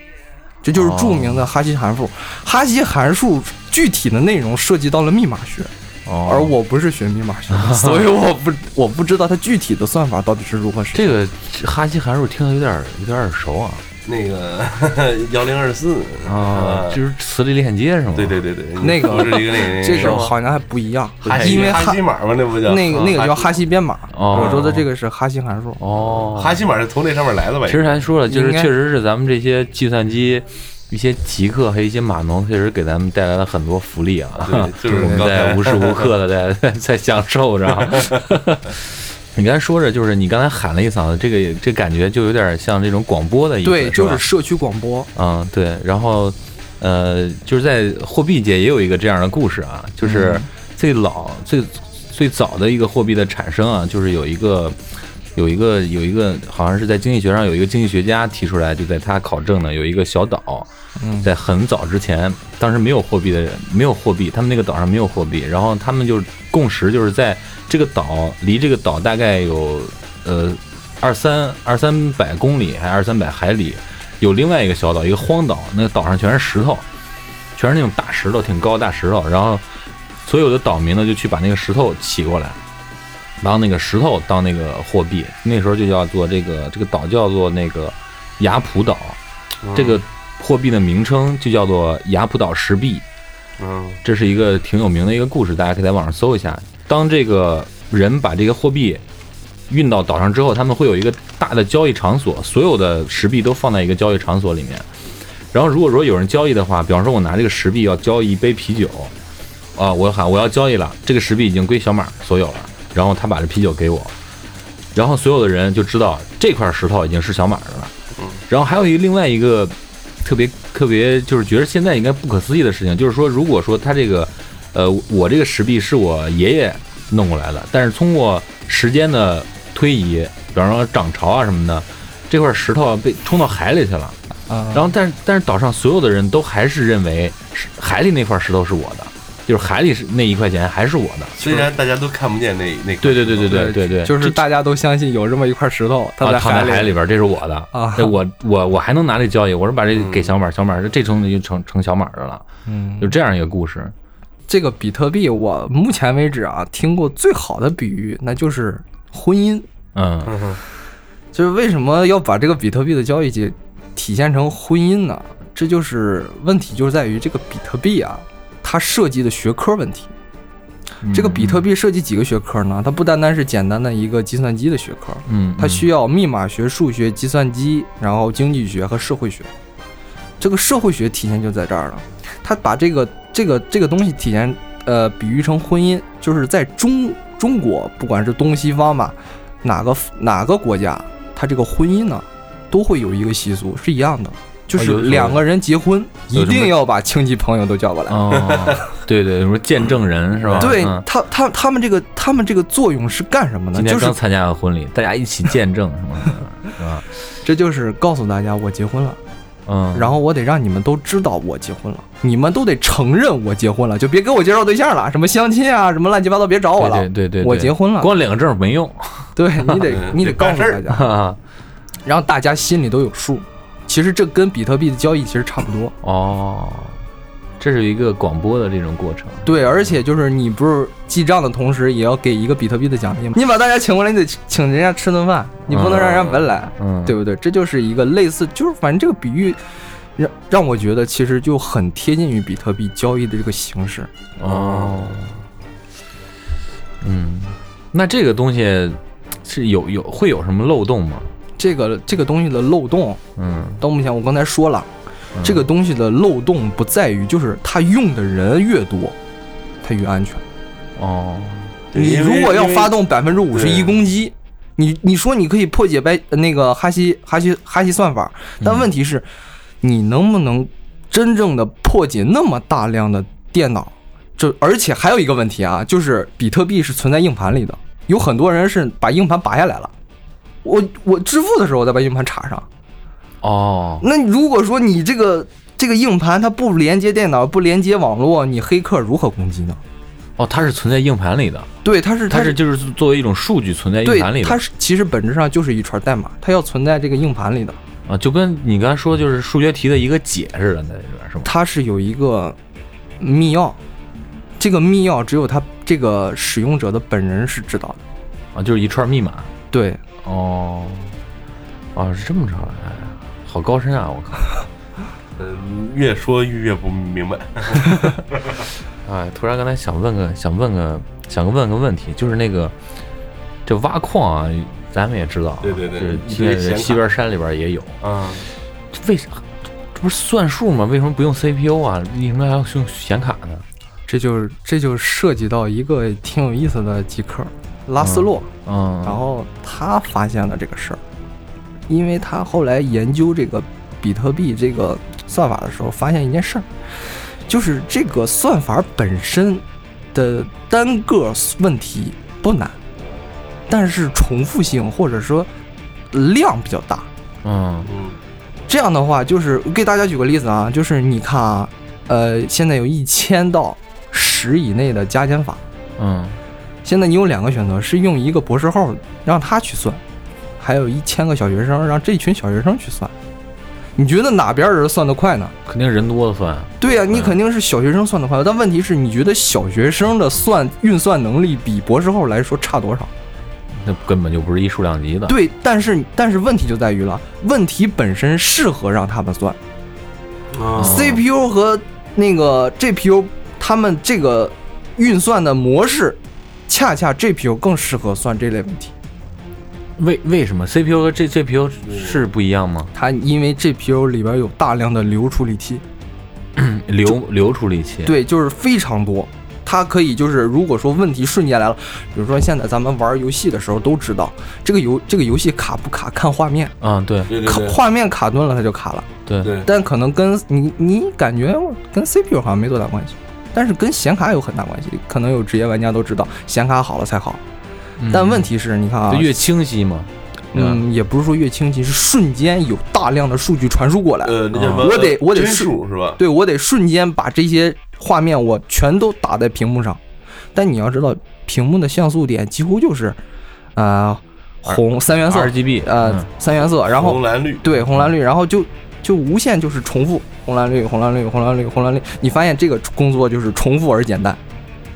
Speaker 4: 这就是
Speaker 3: 哦
Speaker 4: 著名的哈希函数。哈希函数具体的内容涉及到了密码学，
Speaker 3: 哦，
Speaker 4: 而我不是学密码学
Speaker 3: <laughs>
Speaker 4: 的，所以我不我不知道它具体的算法到底是如何使用。
Speaker 3: 这个哈希函数听着有点有点耳熟啊
Speaker 2: 那个 <laughs> 幺零二四
Speaker 3: 啊，就是磁力链接是吗？
Speaker 2: 对对对对，
Speaker 4: 那个
Speaker 2: 不是一个那个，
Speaker 4: 这个好像还不一样
Speaker 2: 不太，一
Speaker 4: 因
Speaker 2: 样
Speaker 4: 为
Speaker 2: 哈
Speaker 4: 哈
Speaker 2: 希码嘛，那不叫啊
Speaker 4: 那个那个叫哈希编码，
Speaker 3: 哦
Speaker 4: 我说的这个是哈希函数。
Speaker 3: 哦，
Speaker 2: 哈希码是从那上面来的吧？
Speaker 3: 其实还说了，就是
Speaker 4: 应该
Speaker 3: 确实是咱们这些计算机。一些极客还有一些码农，确实给咱们带来了很多福利啊！
Speaker 2: 对就是
Speaker 3: 我们
Speaker 2: 刚才
Speaker 3: 在无时无
Speaker 2: <laughs>
Speaker 3: 刻的在在在享受着。 <laughs> 你刚才说着，就是你刚才喊了一嗓子，这个这感觉就有点像这种广播的意思，
Speaker 4: 对，就是
Speaker 3: 吧
Speaker 4: 是社区广播。
Speaker 3: 嗯，对，然后呃，就是在货币界也有一个这样的故事啊，就是最老、最最早的一个货币的产生啊，就是有一个有一个有一个好像是在经济学上有一个经济学家提出来，就在他考证呢，有一个小岛，
Speaker 4: 嗯
Speaker 3: 在很早之前，当时没有货币的，没有货币，他们那个岛上没有货币，然后他们就共识就是在这个岛离这个岛大概有呃二三二三百公里还是二三百海里，有另外一个小岛，一个荒岛，那个岛上全是石头，全是那种大石头，挺高的大石头。然后所有的岛民呢，就去把那个石头起过来，然后那个石头当那个货币。那时候就叫做这个这个岛叫做那个雅普岛，这个货币的名称就叫做雅普岛石币。
Speaker 2: 嗯
Speaker 3: 这是一个挺有名的一个故事，大家可以在网上搜一下。当这个人把这个货币运到岛上之后，他们会有一个大的交易场所，所有的石币都放在一个交易场所里面。然后如果说有人交易的话，比方说我拿这个石币要交易一杯啤酒，啊，我喊我要交易了，这个石币已经归小马所有了，然后他把这啤酒给我，然后所有的人就知道这块石头已经是小马的了。然后还有一个另外一个特别特别，就是觉得现在应该不可思议的事情，就是说，如果说他这个，呃，我这个石壁是我爷爷弄过来的，但是通过时间的推移，比方说涨潮啊什么的，这块石头啊被冲到海里去了。
Speaker 4: 啊，
Speaker 3: 然后但是但是岛上所有的人都还是认为是海里那块石头是我的，就是海里是那一块钱还是我的。
Speaker 2: 虽然大家都看不见那那
Speaker 3: 对对对对对对对，
Speaker 4: 就是
Speaker 3: 这
Speaker 4: 大家都相信有这么一块石头，它
Speaker 3: 啊，
Speaker 4: 在
Speaker 3: 躺在海
Speaker 4: 里
Speaker 3: 里边，这是我的
Speaker 4: 啊
Speaker 3: 这我我我还能拿这交易，我说把这
Speaker 2: 嗯
Speaker 3: 给小马，小马这这成就成成小马的了，
Speaker 4: 嗯
Speaker 3: 就这样一个故事。
Speaker 4: 这个比特币，我目前为止啊听过最好的比喻，那就是婚姻。
Speaker 3: 嗯
Speaker 2: 嗯
Speaker 4: 就是为什么要把这个比特币的交易体体现成婚姻呢？这就是问题，就是在于这个比特币啊，它涉及的学科问题。这个
Speaker 3: 嗯
Speaker 4: 比特币涉及几个学科呢？它不单单是简单的一个计算机的学科，
Speaker 3: 嗯，嗯，
Speaker 4: 它需要密码学、数学、计算机，然后经济学和社会学。这个社会学体现就在这儿了，它把这个这个这个东西体现呃比喻成婚姻，就是在中中国，不管是东西方吧，哪个哪个国家，它这个婚姻呢，都会有一个习俗是一样的，就
Speaker 3: 哦有
Speaker 4: 是
Speaker 3: 有
Speaker 4: 两个人结婚
Speaker 3: 有
Speaker 4: 一
Speaker 3: 什么
Speaker 4: 定要把亲戚朋友都叫过来。
Speaker 3: 哦，对对，什么见证人是吧？
Speaker 4: 对
Speaker 3: 嗯
Speaker 4: 他他他们这个他们这个作用是干什么呢？
Speaker 3: 今
Speaker 4: 就
Speaker 3: 天
Speaker 4: 是
Speaker 3: 刚参加个婚礼，大家一起见证什么
Speaker 4: <laughs>
Speaker 3: 的，是吧？
Speaker 4: 这就是告诉大家我结婚了。
Speaker 3: 嗯，
Speaker 4: 然后我得让你们都知道我结婚了，你们都得承认我结婚了，就别给我介绍对象了，什么相亲啊，什么乱七八糟，别找我了。
Speaker 3: 对对对，对
Speaker 4: 我结婚了，
Speaker 3: 光领个证没
Speaker 4: <laughs>
Speaker 3: 用，
Speaker 4: 对你得
Speaker 2: 嗯
Speaker 4: 你得
Speaker 2: 得
Speaker 4: 告
Speaker 2: 办
Speaker 4: 诉
Speaker 2: 事
Speaker 4: 大
Speaker 2: 儿
Speaker 4: 家，
Speaker 3: 哈哈
Speaker 4: 让大家心里都有数。其实这跟比特币的交易其实差不多，
Speaker 3: 哦，这是一个广播的这种过程。
Speaker 4: 对，而且就是你不是记账的同时，也要给一个比特币的奖励吗？你把大家请过来，你得请人家吃顿饭，你不能让人家白来。
Speaker 3: 嗯，
Speaker 4: 对不对？这就是一个类似，就是反正这个比喻让让我觉得其实就很贴近于比特币交易的这个形式。
Speaker 3: 哦，嗯，那这个东西是有有会有什么漏洞吗？
Speaker 4: 这个这个东西的漏洞，
Speaker 3: 嗯，
Speaker 4: 到目前我刚才说了，
Speaker 3: 嗯
Speaker 4: 这个东西的漏洞不在于就是它用的人越多，它越安全。
Speaker 3: 哦，
Speaker 4: 你如果要发动百分之五十一
Speaker 2: 对
Speaker 4: 攻击，你你说你可以破解白那个哈希哈希哈希算法，但问题是，你能不能真正的破解那么大量的电脑？这而且还有一个问题啊，就是比特币是存在硬盘里的，有很多人是把硬盘拔下来了。我我支付的时候我再把硬盘插上。
Speaker 3: 哦，
Speaker 4: 那如果说你这个这个硬盘它不连接电脑，不连接网络，你黑客如何攻击呢？
Speaker 3: 哦，它是存在硬盘里的，
Speaker 4: 对，它是
Speaker 3: 它
Speaker 4: 它
Speaker 3: 是就是作为一种数据存在硬
Speaker 4: 对
Speaker 3: 盘里，的，
Speaker 4: 它是其实本质上就是一串代码，它要存在这个硬盘里的，
Speaker 3: 啊，就跟你刚才说就是数学题的一个解似的，在里边是吗？
Speaker 4: 它是有一个密钥，这个密钥只有它这个使用者的本人是知道的。
Speaker 3: 啊，就是一串密码。
Speaker 4: 对，
Speaker 3: 哦，啊，是这么着的，哎呀好高深啊！我靠，
Speaker 2: 嗯，越说越不明白。
Speaker 3: 哎，突然刚才想问个，想问个，想问个问题，就是那个这挖矿啊，咱们也知道啊，
Speaker 2: 对对对
Speaker 3: 就是
Speaker 2: 一堆显
Speaker 3: 西
Speaker 2: 卡
Speaker 3: 西边山里边也有，
Speaker 4: 嗯
Speaker 2: 啊，
Speaker 3: 这为啥？这不是算数吗？为什么不用 CPU 啊？为什么还要用显卡呢？
Speaker 4: 这就这就涉及到一个挺有意思的极客拉斯洛，
Speaker 3: 嗯，
Speaker 4: 然后他发现了这个事儿，因为他后来研究这个比特币这个算法的时候，发现一件事儿，就是这个算法本身的单个问题不难，但是重复性或者说量比较大。
Speaker 3: 嗯
Speaker 2: 嗯
Speaker 4: 这样的话，就是我给大家举个例子啊，就是你看啊，呃，现在有一千到十以内的加减法，
Speaker 3: 嗯
Speaker 4: 现在你有两个选择，是用一个博士后让他去算，还有一千个小学生让这群小学生去算。你觉得哪边儿人算得快呢？
Speaker 3: 肯定人多的算。
Speaker 4: 对呀、你
Speaker 3: 嗯
Speaker 4: 肯定是小学生算得快，但问题是，你觉得小学生的算运算能力比博士后来说差多少？
Speaker 3: 那根本就不是一数量级的。
Speaker 4: 对，但是但是问题就在于了，问题本身适合让他们算、
Speaker 2: 嗯
Speaker 3: 哦
Speaker 4: c p u 和那个 GPU，他们这个运算的模式，恰恰 GPU 更适合算这类问题。
Speaker 3: 为为什么 CPU 和 G GPU 是
Speaker 2: 嗯
Speaker 3: 不一样吗？
Speaker 4: 它因为 GPU 里边有大量的流处理器，
Speaker 2: 嗯
Speaker 3: 流流处理器，，
Speaker 4: 对，就是非常多。它可以就是，如果说问题瞬间来了，比如说现在咱们玩游戏的时候都知道，这个游这个游戏卡不卡看画面，
Speaker 3: 嗯，对
Speaker 2: 对对
Speaker 4: 卡
Speaker 2: 对
Speaker 4: 画面卡顿了它就卡了，
Speaker 3: 对，
Speaker 2: 对，
Speaker 4: 但可能跟你你感觉跟 CPU 好像没多大关系，但是跟显卡有很大关系。可能有职业玩家都知道，显卡好了才好。
Speaker 2: 嗯
Speaker 4: 但问题是，你看啊
Speaker 3: 就，嗯越清晰嘛，对吧
Speaker 4: 嗯，也不是说越清晰，是瞬间有大量的数据传输过来。
Speaker 2: 呃，那叫什么？
Speaker 4: 我得我得
Speaker 2: 帧
Speaker 4: 是
Speaker 2: 数是吧？
Speaker 4: 对我得瞬间把这些画面我全都打在屏幕上。但你要知道，屏幕的像素点几乎就是，呃，红三原色，
Speaker 3: ，RGB，
Speaker 4: 呃
Speaker 3: 嗯，
Speaker 4: 三原色，然后
Speaker 2: 红蓝绿，
Speaker 4: 对红蓝绿，然后就就无限就是重复红蓝绿红蓝绿红蓝绿红蓝绿，你发现这个工作就是重复而简单，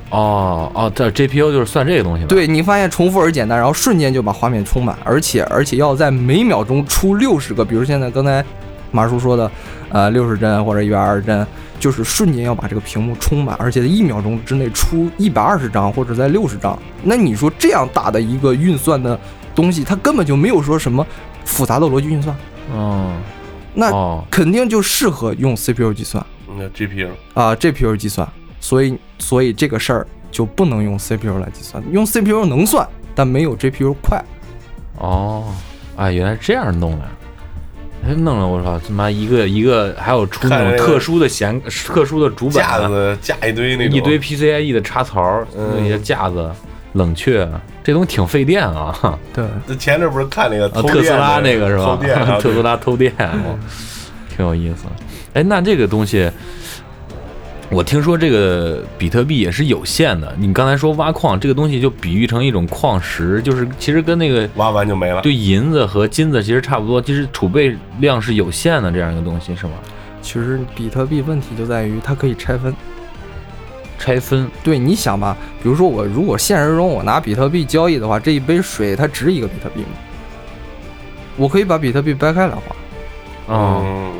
Speaker 3: 哦哦，这 GPU 就是算这个东西的，，
Speaker 4: 对你发现重复而简单，然后瞬间就把画面充满，而且而且要在每秒钟出六十个，比如现在刚才马叔说的，呃，六十帧或者一百二十帧，就是瞬间要把这个屏幕充满，而且在一秒钟之内出一百二十张或者在六十张，那你说这样大的一个运算的东西，它根本就没有说什么复杂的逻辑运算，
Speaker 3: 嗯，
Speaker 4: 那
Speaker 3: 哦，
Speaker 4: 肯定就适合用 CPU 计算
Speaker 2: 那 GPU
Speaker 4: 啊、GPU 计算，所以所以这个事儿就不能用 CPU 来计算，用 CPU 能算，但没有 GPU 快。
Speaker 3: 哦，哎，原来是这样弄的。哎，弄了我操，他妈一个一个，还有出那
Speaker 2: 看
Speaker 3: 种
Speaker 2: 那个
Speaker 3: 特殊的显、特殊的主板
Speaker 2: 架
Speaker 3: 啊，
Speaker 2: 子架一堆那种
Speaker 3: 一堆 PCIe E 的插槽，
Speaker 2: 嗯
Speaker 3: 一些架子、冷却，啊这东西挺费电啊。
Speaker 4: 对，
Speaker 2: 那前阵不是看那个
Speaker 3: 啊，
Speaker 2: 偷
Speaker 3: 特斯
Speaker 2: 电
Speaker 3: 拉
Speaker 2: 的
Speaker 3: 那个是吧？
Speaker 2: 偷电
Speaker 3: <laughs>
Speaker 2: 啊，
Speaker 3: 特斯
Speaker 2: 对
Speaker 3: 拉偷电，哦挺有意思。哎，那这个东西，我听说这个比特币也是有限的。你刚才说挖矿这个东西，就比喻成一种矿石，就是其实跟那个
Speaker 2: 挖完就没了。
Speaker 3: 对银子和金子其实差不多，其实储备量是有限的这样一个东西，是吗？
Speaker 4: 其实比特币问题就在于它可以拆分。
Speaker 3: 拆分，
Speaker 4: 对，你想吧，比如说我如果现实中我拿比特币交易的话，这一杯水它值一个比特币吗？我可以把比特币掰开来花，
Speaker 3: 嗯，
Speaker 2: 嗯，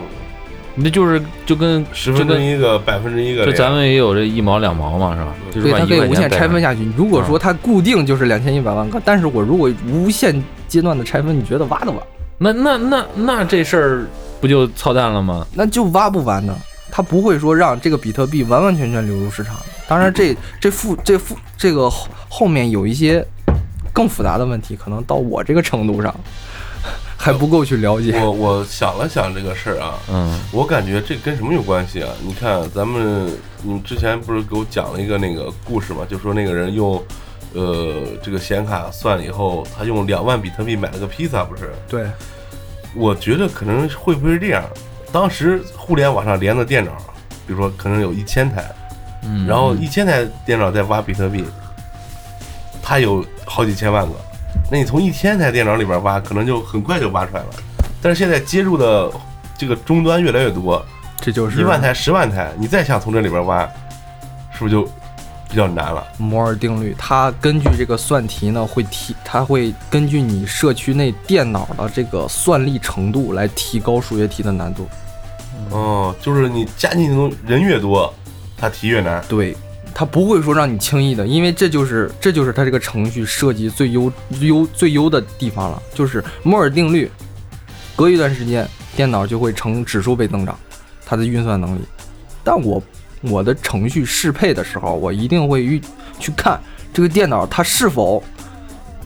Speaker 3: 那就是就跟
Speaker 2: 十
Speaker 3: 就
Speaker 2: 分之
Speaker 3: 跟
Speaker 2: 一个，百分之一个这
Speaker 3: 就
Speaker 2: 样，
Speaker 3: 咱们也有这一毛两毛嘛，是吧？就是
Speaker 4: 对，
Speaker 3: 把
Speaker 4: 它
Speaker 3: 一
Speaker 4: 可以
Speaker 3: 块
Speaker 4: 无
Speaker 3: 钱
Speaker 4: 限
Speaker 3: 带
Speaker 4: 拆分
Speaker 3: 上嗯
Speaker 4: 下去。如果说它固定就是两千一百万个，但是我如果无限阶段的拆分，你觉得挖得完？
Speaker 3: 那那那那这事儿不就操蛋了吗？
Speaker 4: 那就挖不完的，它不会说让这个比特币完完全全流入市场的。当然这，这复这复这个后后面有一些更复杂的问题，可能到我这个程度上还不够去了解。
Speaker 2: 我我想了想这个事儿啊，
Speaker 3: 嗯。
Speaker 2: 我感觉这跟什么有关系啊？你看，咱们你们之前不是给我讲了一个那个故事嘛，就说那个人用，呃，这个显卡算了以后，他用两万比特币买了个披萨，不是？
Speaker 4: 对，
Speaker 2: 我觉得可能会不会是这样？当时互联网上连的电脑，比如说可能有一千台，
Speaker 3: 嗯
Speaker 2: 然后一千台电脑在挖比特币，它有好几千万个，那你从一千台电脑里边挖，可能就很快就挖出来了。但是现在接入的这个终端越来越多，
Speaker 4: 这就是
Speaker 2: 一万台、十万台，你再想从这里边挖，是不是就比较难了？
Speaker 4: 摩尔定律，它根据这个算题呢，会提，它会根据你社区内电脑的这个算力程度来提高数学题的难度。
Speaker 2: 哦，就是你加进去的东西人越多，它题越难。
Speaker 4: 对，它不会说让你轻易的，因为这就是这就是它这个程序设计最优优最优的地方了，就是摩尔定律。隔一段时间，电脑就会呈指数倍增长，它的运算能力。但我我的程序适配的时候，我一定会预去看这个电脑它是否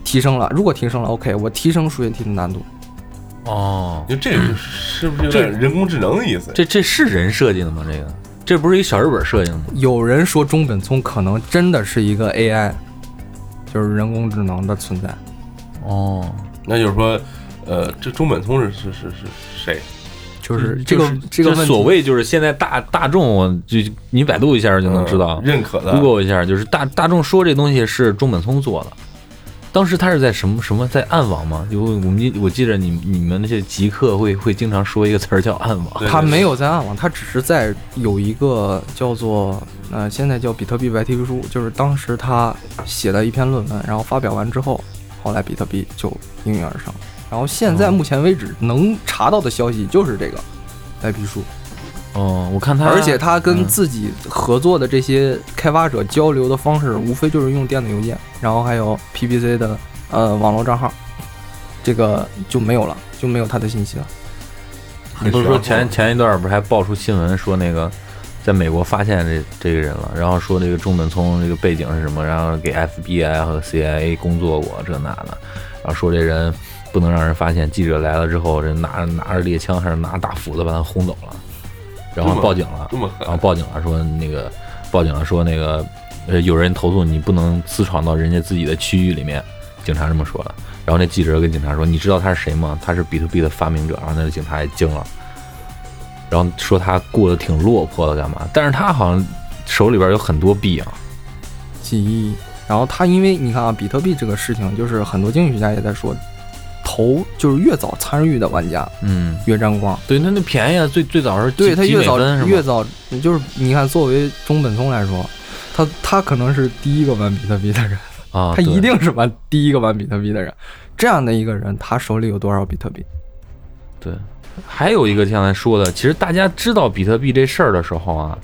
Speaker 4: 提升了。如果提升了，OK，我提升数学题的难度。
Speaker 3: 哦，
Speaker 2: 你说这个就是是不是有点人工智能的意思？
Speaker 3: 这这是人设计的吗？这个这不是一小日本设计的吗？
Speaker 4: 有人说中本聪可能真的是一个 AI，就是人工智能的存在。
Speaker 3: 哦，
Speaker 2: 那就是说，呃，这中本聪是是是是谁？
Speaker 4: 就是这个、嗯这个问题，
Speaker 3: 所谓就是现在大大众就你百度一下就能知
Speaker 2: 嗯
Speaker 3: 道
Speaker 2: 认可的。
Speaker 3: ，Google 一下就是大大众说这东西是中本聪做的，当时他是在什么什么在暗网吗？有我们记我记着你你们那些极客会会经常说一个词儿叫暗网，
Speaker 2: 对
Speaker 4: 他没有在暗网，他只是在有一个叫做呃，现在叫比特币白皮书，就是当时他写了一篇论文，然后发表完之后，后来比特币就应运而生。然后现
Speaker 2: 哦
Speaker 4: 在目前为止能查到的消息就是这个白皮书，
Speaker 3: 哦，我看他，
Speaker 4: 而且他跟
Speaker 3: 嗯
Speaker 4: 自己合作的这些开发者交流的方式，无非就是用电子邮件，然后还有 PBC 的呃网络账号，这个就没有了，就没有他的信息了。
Speaker 3: 你不是说前前一段不是还爆出新闻说那个在美国发现这这个人了，然后说这个中本聪这个背景是什么，然后给 FBI 和 CIA 工作过这那的，然后说这人不能让人发现，记者来了之后，这拿拿着猎枪还是拿大斧子把他轰走了，然后报警了
Speaker 2: 这，么
Speaker 3: 然后报警了说那个报警了说那个呃有人投诉你不能私闯到人家自己的区域里面，警察这么说的。然后那记者跟警察说：“你知道他是谁吗？他是比特币的发明者。”然后那个警察也惊了，然后说他过得挺落魄的，干嘛？但是他好像手里边有很多币啊，
Speaker 4: 记忆。然后他因为你看啊，比特币这个事情，就是很多经济学家也在说，投就是越早参与的玩家
Speaker 3: 嗯，
Speaker 4: 越沾光。
Speaker 3: 对，那那便宜啊，最最早是
Speaker 4: 对他越早
Speaker 3: 是
Speaker 4: 越早，就是你看，作为中本聪来说，他他可能是第一个玩比特币的人，
Speaker 3: 啊，
Speaker 4: 他一定是玩第一个玩比特币的人。这样的一个人，他手里有多少比特币？
Speaker 3: 对，还有一个像咱说的，其实大家知道比特币这事儿的时候啊，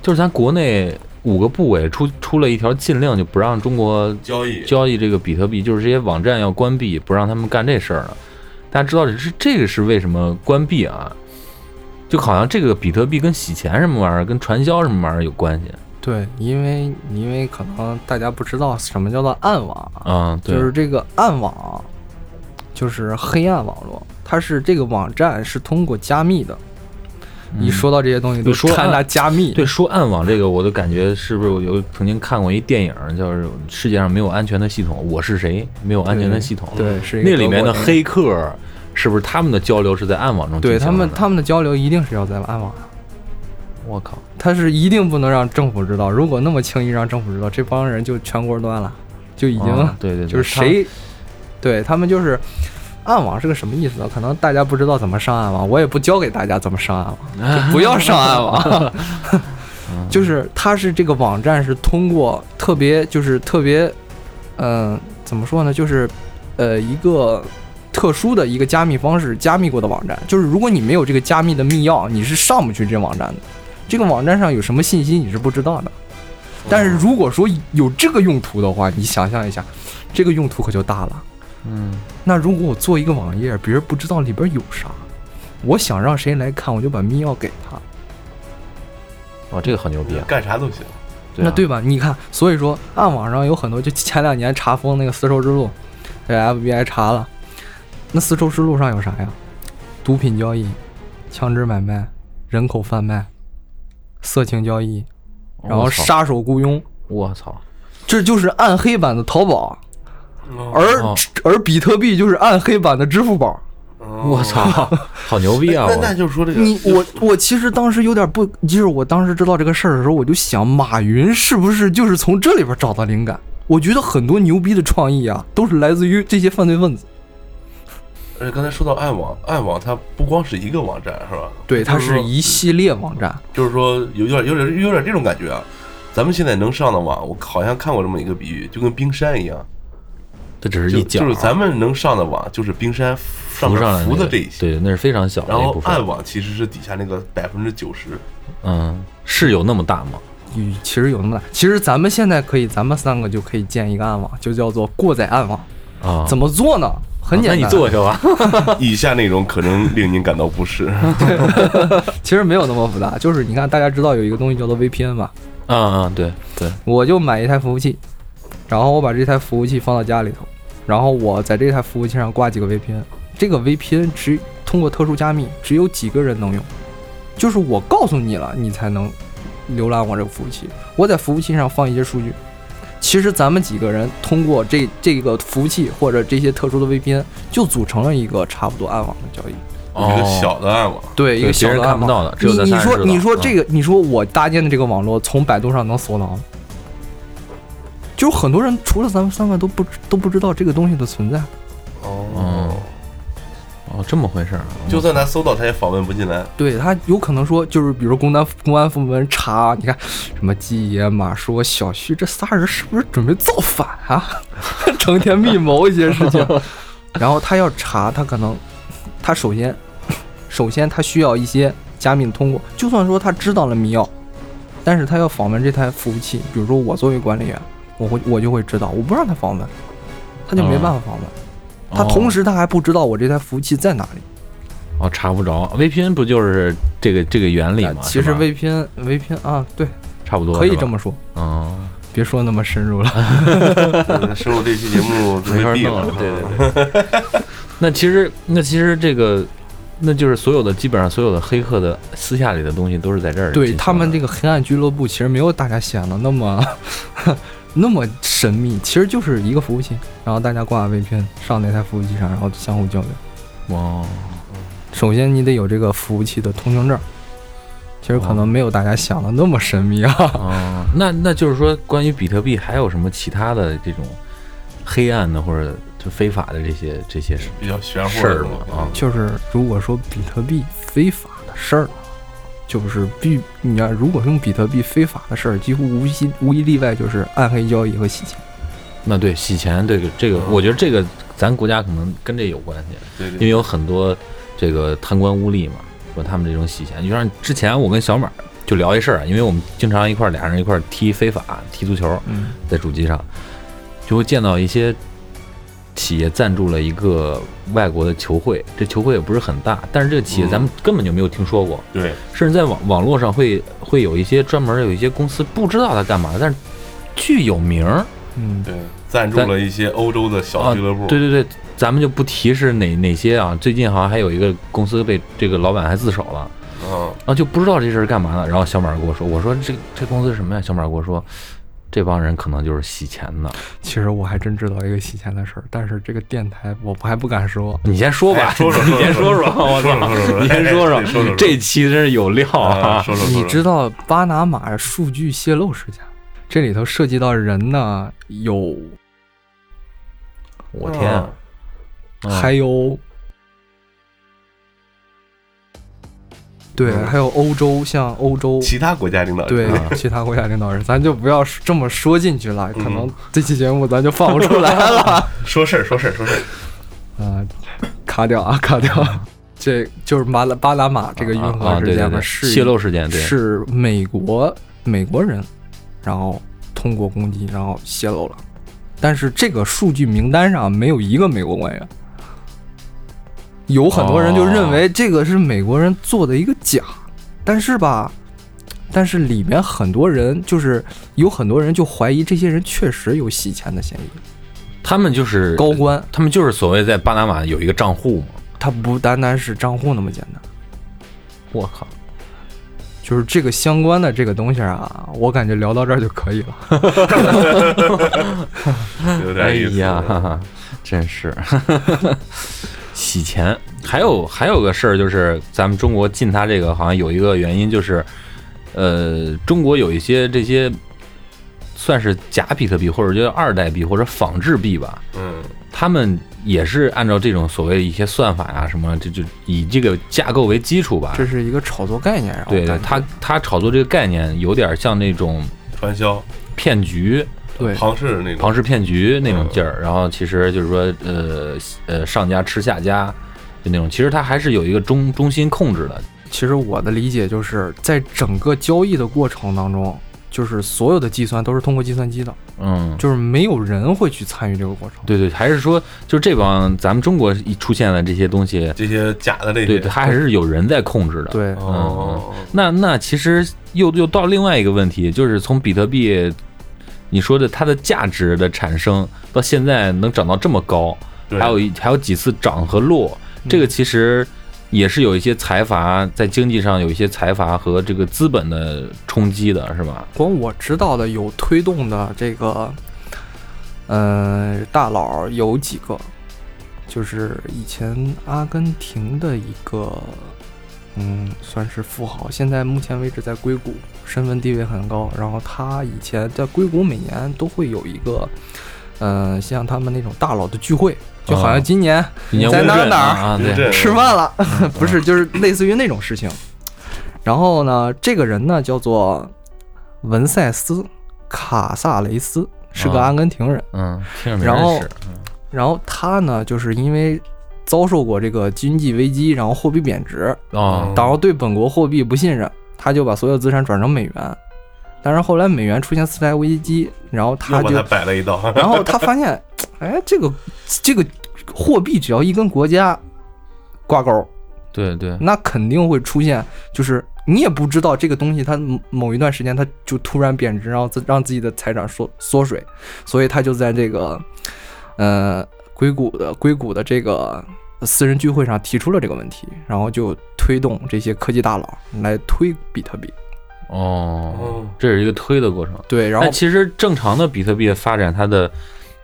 Speaker 3: 就是咱国内五个部委出出了一条禁令，就不让中国
Speaker 2: 交易
Speaker 3: 交易这个比特币，就是这些网站要关闭，不让他们干这事儿了。大家知道这是这个是为什么关闭啊？就好像这个比特币跟洗钱什么玩意儿，跟传销什么玩意儿有关系啊
Speaker 4: 对，因为因为可能大家不知道什么叫做暗网，
Speaker 3: 啊？对，
Speaker 4: 就是这个暗网，就是黑暗网络，它是这个网站是通过加密的。一说到这些东西，
Speaker 3: 嗯你说
Speaker 4: 看
Speaker 3: 暗
Speaker 4: 它加密，
Speaker 3: 对，说暗网这个，我都感觉是不是我有曾经看过一电影，叫《世界上没有安全的系统》，我是谁？没有安全的系统，
Speaker 4: 对，是一个
Speaker 3: 那里面
Speaker 4: 德
Speaker 3: 的
Speaker 4: 国人，
Speaker 3: 黑客是不是他们的交流是在暗网中进
Speaker 4: 对
Speaker 3: 行的
Speaker 4: 他们他们的交流一定是要在暗网上，
Speaker 3: 我靠，
Speaker 4: 他是一定不能让政府知道。如果那么轻易让政府知道，这帮人就全国乱了，就已经、
Speaker 3: 啊对对对，
Speaker 4: 就是谁，对他们就是。暗网是个什么意思呢？可能大家不知道怎么上暗网，我也不教给大家怎么上暗网，就不要上暗网。 <laughs> 就是它是这个网站是通过特别就是特别，嗯、怎么说呢？就是呃一个特殊的一个加密方式加密过的网站，就是如果你没有这个加密的密钥，你是上不去这网站的。这个网站上有什么信息你是不知道的。但是如果说有这个用途的话，你想象一下，这个用途可就大了。
Speaker 3: 嗯
Speaker 4: 那如果我做一个网页，别人不知道里边有啥，我想让谁来看，我就把密钥给他，
Speaker 3: 哇，这个好牛逼啊！
Speaker 2: 干啥都行，
Speaker 3: 啊
Speaker 4: 那对吧？你看，所以说暗网上有很多，就前两年查封那个丝绸之路，被 FBI 查了，那丝绸之路上有啥呀？毒品交易、枪支买卖、人口贩卖、色情交易，然后
Speaker 3: 哦我操
Speaker 4: 杀手雇佣，
Speaker 3: 我操，
Speaker 4: 这就是暗黑版的淘宝，
Speaker 2: 哦
Speaker 4: 而、
Speaker 3: 哦
Speaker 4: 而比特币就是暗黑版的支付宝。
Speaker 3: 我操，好牛逼啊！
Speaker 2: 哦那那
Speaker 3: 我
Speaker 2: 就是说这个
Speaker 4: 你我我其实当时有点不，就是我当时知道这个事儿的时候，我就想马云是不是就是从这里边找到灵感？我觉得很多牛逼的创意啊，都是来自于这些犯罪分子。
Speaker 2: 而且呃刚才说到暗网，暗网它不光是一个网站是吧？
Speaker 4: 对，它
Speaker 2: 就是
Speaker 4: 是
Speaker 2: 说
Speaker 4: 一系列网站。
Speaker 2: 就是说有点有点有点这种感觉啊。咱们现在能上的网，我好像看过这么一个比喻，就跟冰山一样，
Speaker 3: 这只是
Speaker 2: 就
Speaker 3: 一角
Speaker 2: 就
Speaker 3: 儿，
Speaker 2: 是咱们能上的网，就是冰山上
Speaker 3: 浮上来
Speaker 2: 面浮
Speaker 3: 那
Speaker 2: 的
Speaker 3: 个
Speaker 2: 这一些，
Speaker 3: 对，那是非常小的
Speaker 2: 然
Speaker 3: 一
Speaker 2: 后
Speaker 3: 部分
Speaker 2: 暗。网其实是底下那个百分之九十。 <laughs>
Speaker 3: 嗯，是有那么大吗？
Speaker 4: 与其实有那么大，其实咱们现在可以，咱们三个就可以建一个暗网，就叫做过载暗网。
Speaker 3: 啊，
Speaker 4: 怎么做呢？很简单，
Speaker 3: 那你做一下吧。
Speaker 2: 以下内容可能令您感到不
Speaker 3: <laughs>
Speaker 2: 适，
Speaker 4: 其实没有那么复杂，就是你看大家知道有一个东西叫做 VPN 吧，
Speaker 3: 嗯嗯，对对，
Speaker 4: 我就买一台服务器，然后我把这台服务器放到家里头，然后我在这台服务器上挂几个 VPN，这个 VPN 只通过特殊加密，只有几个人能用，就是我告诉你了，你才能浏览我这个服务器。我在服务器上放一些数据，其实咱们几个人通过这这个服务器或者这些特殊的 VPN，就组成了一个差不多暗网的交易。
Speaker 2: 一个小的暗网。
Speaker 4: 对，一
Speaker 3: 对
Speaker 4: 个小
Speaker 3: 别人
Speaker 4: 的
Speaker 3: 看
Speaker 4: 暗
Speaker 3: 不
Speaker 4: 网
Speaker 3: 到的只有咱
Speaker 4: 你你
Speaker 3: 仨人
Speaker 4: 说
Speaker 3: 知道
Speaker 4: 你说
Speaker 3: 嗯
Speaker 4: 这个，你说我搭建的这个网络从百度上能搜到吗？就是很多人除了咱们三个都不知都不知道这个东西的存在。
Speaker 2: 哦
Speaker 3: 哦，哦，这么回事儿啊，
Speaker 2: 就算他搜到，他也访问不进来。
Speaker 3: <laughs>
Speaker 4: 对他有可能说，就是比如公安公安部门查，你看什么鸡爷、马说、小旭这仨人是不是准备造反啊？成天密谋一些事情，然后他要查，他可能他首先首先他需要一些加密通过，就算说他知道了密钥，但是他要访问这台服务器，比如说我作为管理员，我会我就会知道，我不让他访问，他就没办法访问。他同时他还不知道我这台服务器在哪里。
Speaker 3: 哦哦查不着，VPN 不就是这个这个原理
Speaker 4: 啊
Speaker 3: 吗？
Speaker 4: 其
Speaker 3: 是
Speaker 4: 实
Speaker 3: 吧
Speaker 4: VPN VPN 啊，对，
Speaker 3: 差不多
Speaker 4: 可以
Speaker 3: 是吧啊
Speaker 4: 这么说，
Speaker 3: 嗯，
Speaker 4: 别说那么深入了。
Speaker 2: 嗯深入这期节目就
Speaker 3: 没法
Speaker 2: 被毙
Speaker 3: 弄
Speaker 2: 了
Speaker 3: 了，，对对对。那其实那其实这个。那就是所有的基本上所有的黑客的私下里的东西都是在这儿进行的。
Speaker 4: <laughs> 对他们这个黑暗俱乐部，其实没有大家想的那么 <laughs> 那么神秘，其实就是一个服务器，然后大家挂 VPN 上那台服务器上，然后相互交流。
Speaker 3: 哦，
Speaker 4: 首先你得有这个服务器的通行证，其实可能没有大家想的那么神秘啊。 <laughs>
Speaker 3: 哦，那那就是说，关于比特币还有什么其他的这种黑暗的或者就非法的这些这些事？
Speaker 2: 比较玄乎
Speaker 3: 事
Speaker 2: 的
Speaker 3: 儿
Speaker 2: 东
Speaker 3: 嘛
Speaker 2: 西
Speaker 3: 啊，
Speaker 4: 就是如果说比特币非法的事儿，就是必你要如果用比特币非法的事儿，几乎无一无一例外就是暗黑交易和洗钱。
Speaker 3: 那对洗钱这个这个，我觉得这个咱国家可能跟这有关系，
Speaker 2: 对
Speaker 3: 因为
Speaker 2: 对，
Speaker 3: 有很多这个贪官污吏嘛，说他们这种洗钱，就像之前我跟小马就聊一事儿啊，因为我们经常一块儿俩人一块儿踢非法踢足球，
Speaker 4: 嗯，
Speaker 3: 在主机上，就会见到一些企业赞助了一个外国的球会，这球会也不是很大，但是这个企业
Speaker 2: 嗯
Speaker 3: 咱们根本就没有听说过，
Speaker 2: 对，
Speaker 3: 甚至在网网络上会会有一些专门有一些公司不知道它干嘛，但是巨有名儿。
Speaker 4: 嗯，
Speaker 2: 对，赞助了一些欧洲的小俱乐部，
Speaker 3: 啊对对对，咱们就不提是哪哪些啊，最近好像还有一个公司被这个老板还自首了。
Speaker 2: 嗯，
Speaker 3: 然后就不知道这事儿干嘛呢。然后小马跟我说：“我说这这公司是什么呀？”小马跟我说：“这帮人可能就是洗钱的。
Speaker 4: 其实我还真知道一个洗钱的事儿，但是这个电台我不还不敢说”。
Speaker 3: 你先说吧，
Speaker 2: 哎说说
Speaker 3: 你先
Speaker 2: 说
Speaker 3: 说说，我
Speaker 2: 说
Speaker 3: 操
Speaker 2: 说说说，
Speaker 3: 你先
Speaker 2: 哎
Speaker 3: 说
Speaker 2: 哎说说
Speaker 3: 这期真是有料
Speaker 2: 啊，
Speaker 3: 啊！
Speaker 2: 说说说
Speaker 4: 你
Speaker 2: 说，
Speaker 4: 知道巴拿马数据泄露事件，这里头涉及到人呢，有
Speaker 3: 我天啊，嗯
Speaker 4: 还有，对，
Speaker 2: 嗯
Speaker 4: 还有欧洲，像欧洲。
Speaker 2: 其他国家领导人
Speaker 4: 对
Speaker 3: 哦啊
Speaker 4: 其他国家领导人，咱就不要这么说进去了，
Speaker 2: 嗯
Speaker 4: 可能这期节目咱就放不出来了。
Speaker 3: <laughs>
Speaker 2: 说事儿说事儿说事儿，
Speaker 4: 啊、卡掉啊，卡掉。这就是巴拉巴拿马这个运
Speaker 3: 嗯啊啊对
Speaker 4: 河事
Speaker 3: 对
Speaker 4: 件
Speaker 3: 对
Speaker 4: 嘛，是
Speaker 3: 泄露事件，对，
Speaker 4: 是美国美国人，然后通过攻击，然后泄露了。但是这个数据名单上没有一个美国官员，有很多人就认
Speaker 3: 哦
Speaker 4: 为这个是美国人做的一个假，但是吧，但是里面很多人就是有很多人就怀疑这些人确实有洗钱的嫌疑，
Speaker 3: 他们就是
Speaker 4: 高，官
Speaker 3: 他们就是所谓在巴拿马有一个账户嘛。
Speaker 4: 他不单单是账户那么简单。
Speaker 3: 我靠，
Speaker 4: 就是这个相关的这个东西啊，我感觉聊到这儿就可以了。
Speaker 3: <laughs>
Speaker 2: 有
Speaker 3: 哎
Speaker 2: 点意思。
Speaker 3: 呀，哈哈真 <laughs> 是洗钱。还有还有个事儿就是，咱们中国禁它这个好像有一个原因就是，呃，中国有一些这些算是假比特币或者叫二代币或者仿制币吧，
Speaker 2: 嗯，
Speaker 3: 他们也是按照这种所谓一些算法呀、什么，这就以这个架构为基础吧。
Speaker 4: 这是一个炒作概念，然后
Speaker 3: 对
Speaker 4: 大家
Speaker 3: 他他炒作这个概念，有点像那种
Speaker 2: 传销
Speaker 3: 骗局、
Speaker 4: 对
Speaker 2: 庞氏那种
Speaker 3: 庞，氏骗局那种劲
Speaker 4: 嗯
Speaker 3: 儿。然后其实就是说，呃呃，上家吃下家，就那种。其实它还是有一个中中心控制的。
Speaker 4: 其实我的理解就是在整个交易的过程当中，就是所有的计算都是通过计算机的，
Speaker 3: 嗯，
Speaker 4: 就是没有人会去参与这个过程。
Speaker 3: 对对，还是说，就这帮咱们中国一出现的这些东西，
Speaker 2: 这些假的这
Speaker 3: 对，嗯
Speaker 2: 些，
Speaker 3: 它还是有人在控制的。
Speaker 4: 对
Speaker 2: 哦，
Speaker 3: 那那其实又又到另外一个问题，就是从比特币，你说的它的价值的产生到现在能涨到这么高，
Speaker 2: 对
Speaker 3: 还有一还有几次涨和落，
Speaker 4: 嗯
Speaker 3: 这个其实也是有一些财阀在经济上有一些财阀和这个资本的冲击的，是吧？
Speaker 4: 光我知道的有推动的这个，呃，大佬有几个，就是以前阿根廷的一个嗯，算是富豪，现在目前为止在硅谷身份地位很高。然后他以前在硅谷每年都会有一个，嗯，像他们那种大佬的聚会，就好像今年
Speaker 3: 啊今年
Speaker 4: 在
Speaker 3: 乌
Speaker 4: 哪
Speaker 3: 镇
Speaker 4: 哪儿
Speaker 3: 啊啊，
Speaker 2: 乌
Speaker 4: <laughs>
Speaker 3: 对，
Speaker 2: 镇
Speaker 4: 吃饭了，不是，就是类似于那种事情。然后呢，这个人呢叫做文塞斯·卡萨雷斯，是个
Speaker 3: 啊
Speaker 4: 阿根廷人。
Speaker 3: 嗯，听着没
Speaker 4: 然后
Speaker 3: 认识，
Speaker 4: 然后他呢，就是因为遭受过这个经济危机，然后货币贬值，
Speaker 3: 哦，
Speaker 4: 然后对本国货币不信任，他就把所有资产转成美元。但是后来美元出现次贷危机，然后他
Speaker 2: 又把
Speaker 4: 就
Speaker 2: 他摆了一道。
Speaker 4: 然后他发现， <laughs> 哎，这个这个货币只要一跟国家挂钩，
Speaker 3: 对哦对，
Speaker 4: 那肯定会出现，就是你也不知道这个东西它某某一段时间它就突然贬值，然后自让自己的财产缩缩水，所以他就在这个呃硅谷的硅谷的这个私人聚会上提出了这个问题，然后就推动这些科技大佬来推比特币。
Speaker 3: 哦，
Speaker 2: 嗯
Speaker 3: 这是一个推的过程。
Speaker 4: 对，然后
Speaker 3: 但其实正常的比特币的发展，它的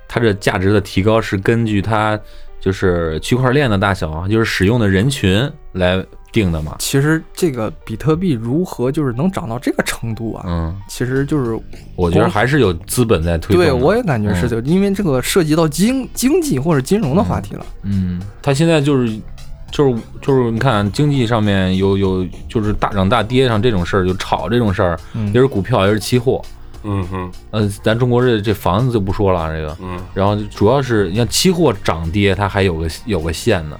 Speaker 3: 它的价值的提高是根据它就是区块链的大小啊，就是使用的人群来定的嘛。
Speaker 4: 其实这个比特币如何就是能涨到这个程度啊？
Speaker 3: 嗯，
Speaker 4: 其实就是
Speaker 3: 我觉得还是有资本在推动的。
Speaker 4: 对我也感觉是
Speaker 3: 嗯
Speaker 4: 的，因为这个涉及到经经济或者金融的话题了。
Speaker 3: 嗯，它现在就是就是就是你看经济上面有有就是大涨大跌上这种事儿，就炒这种事儿，
Speaker 4: 嗯
Speaker 3: 也是股票，也是期货。
Speaker 2: 嗯哼，
Speaker 3: 呃，咱中国这这房子就不说了，这个，
Speaker 2: 嗯，
Speaker 3: 然后主要是你像期货涨跌，它还有个有个线呢。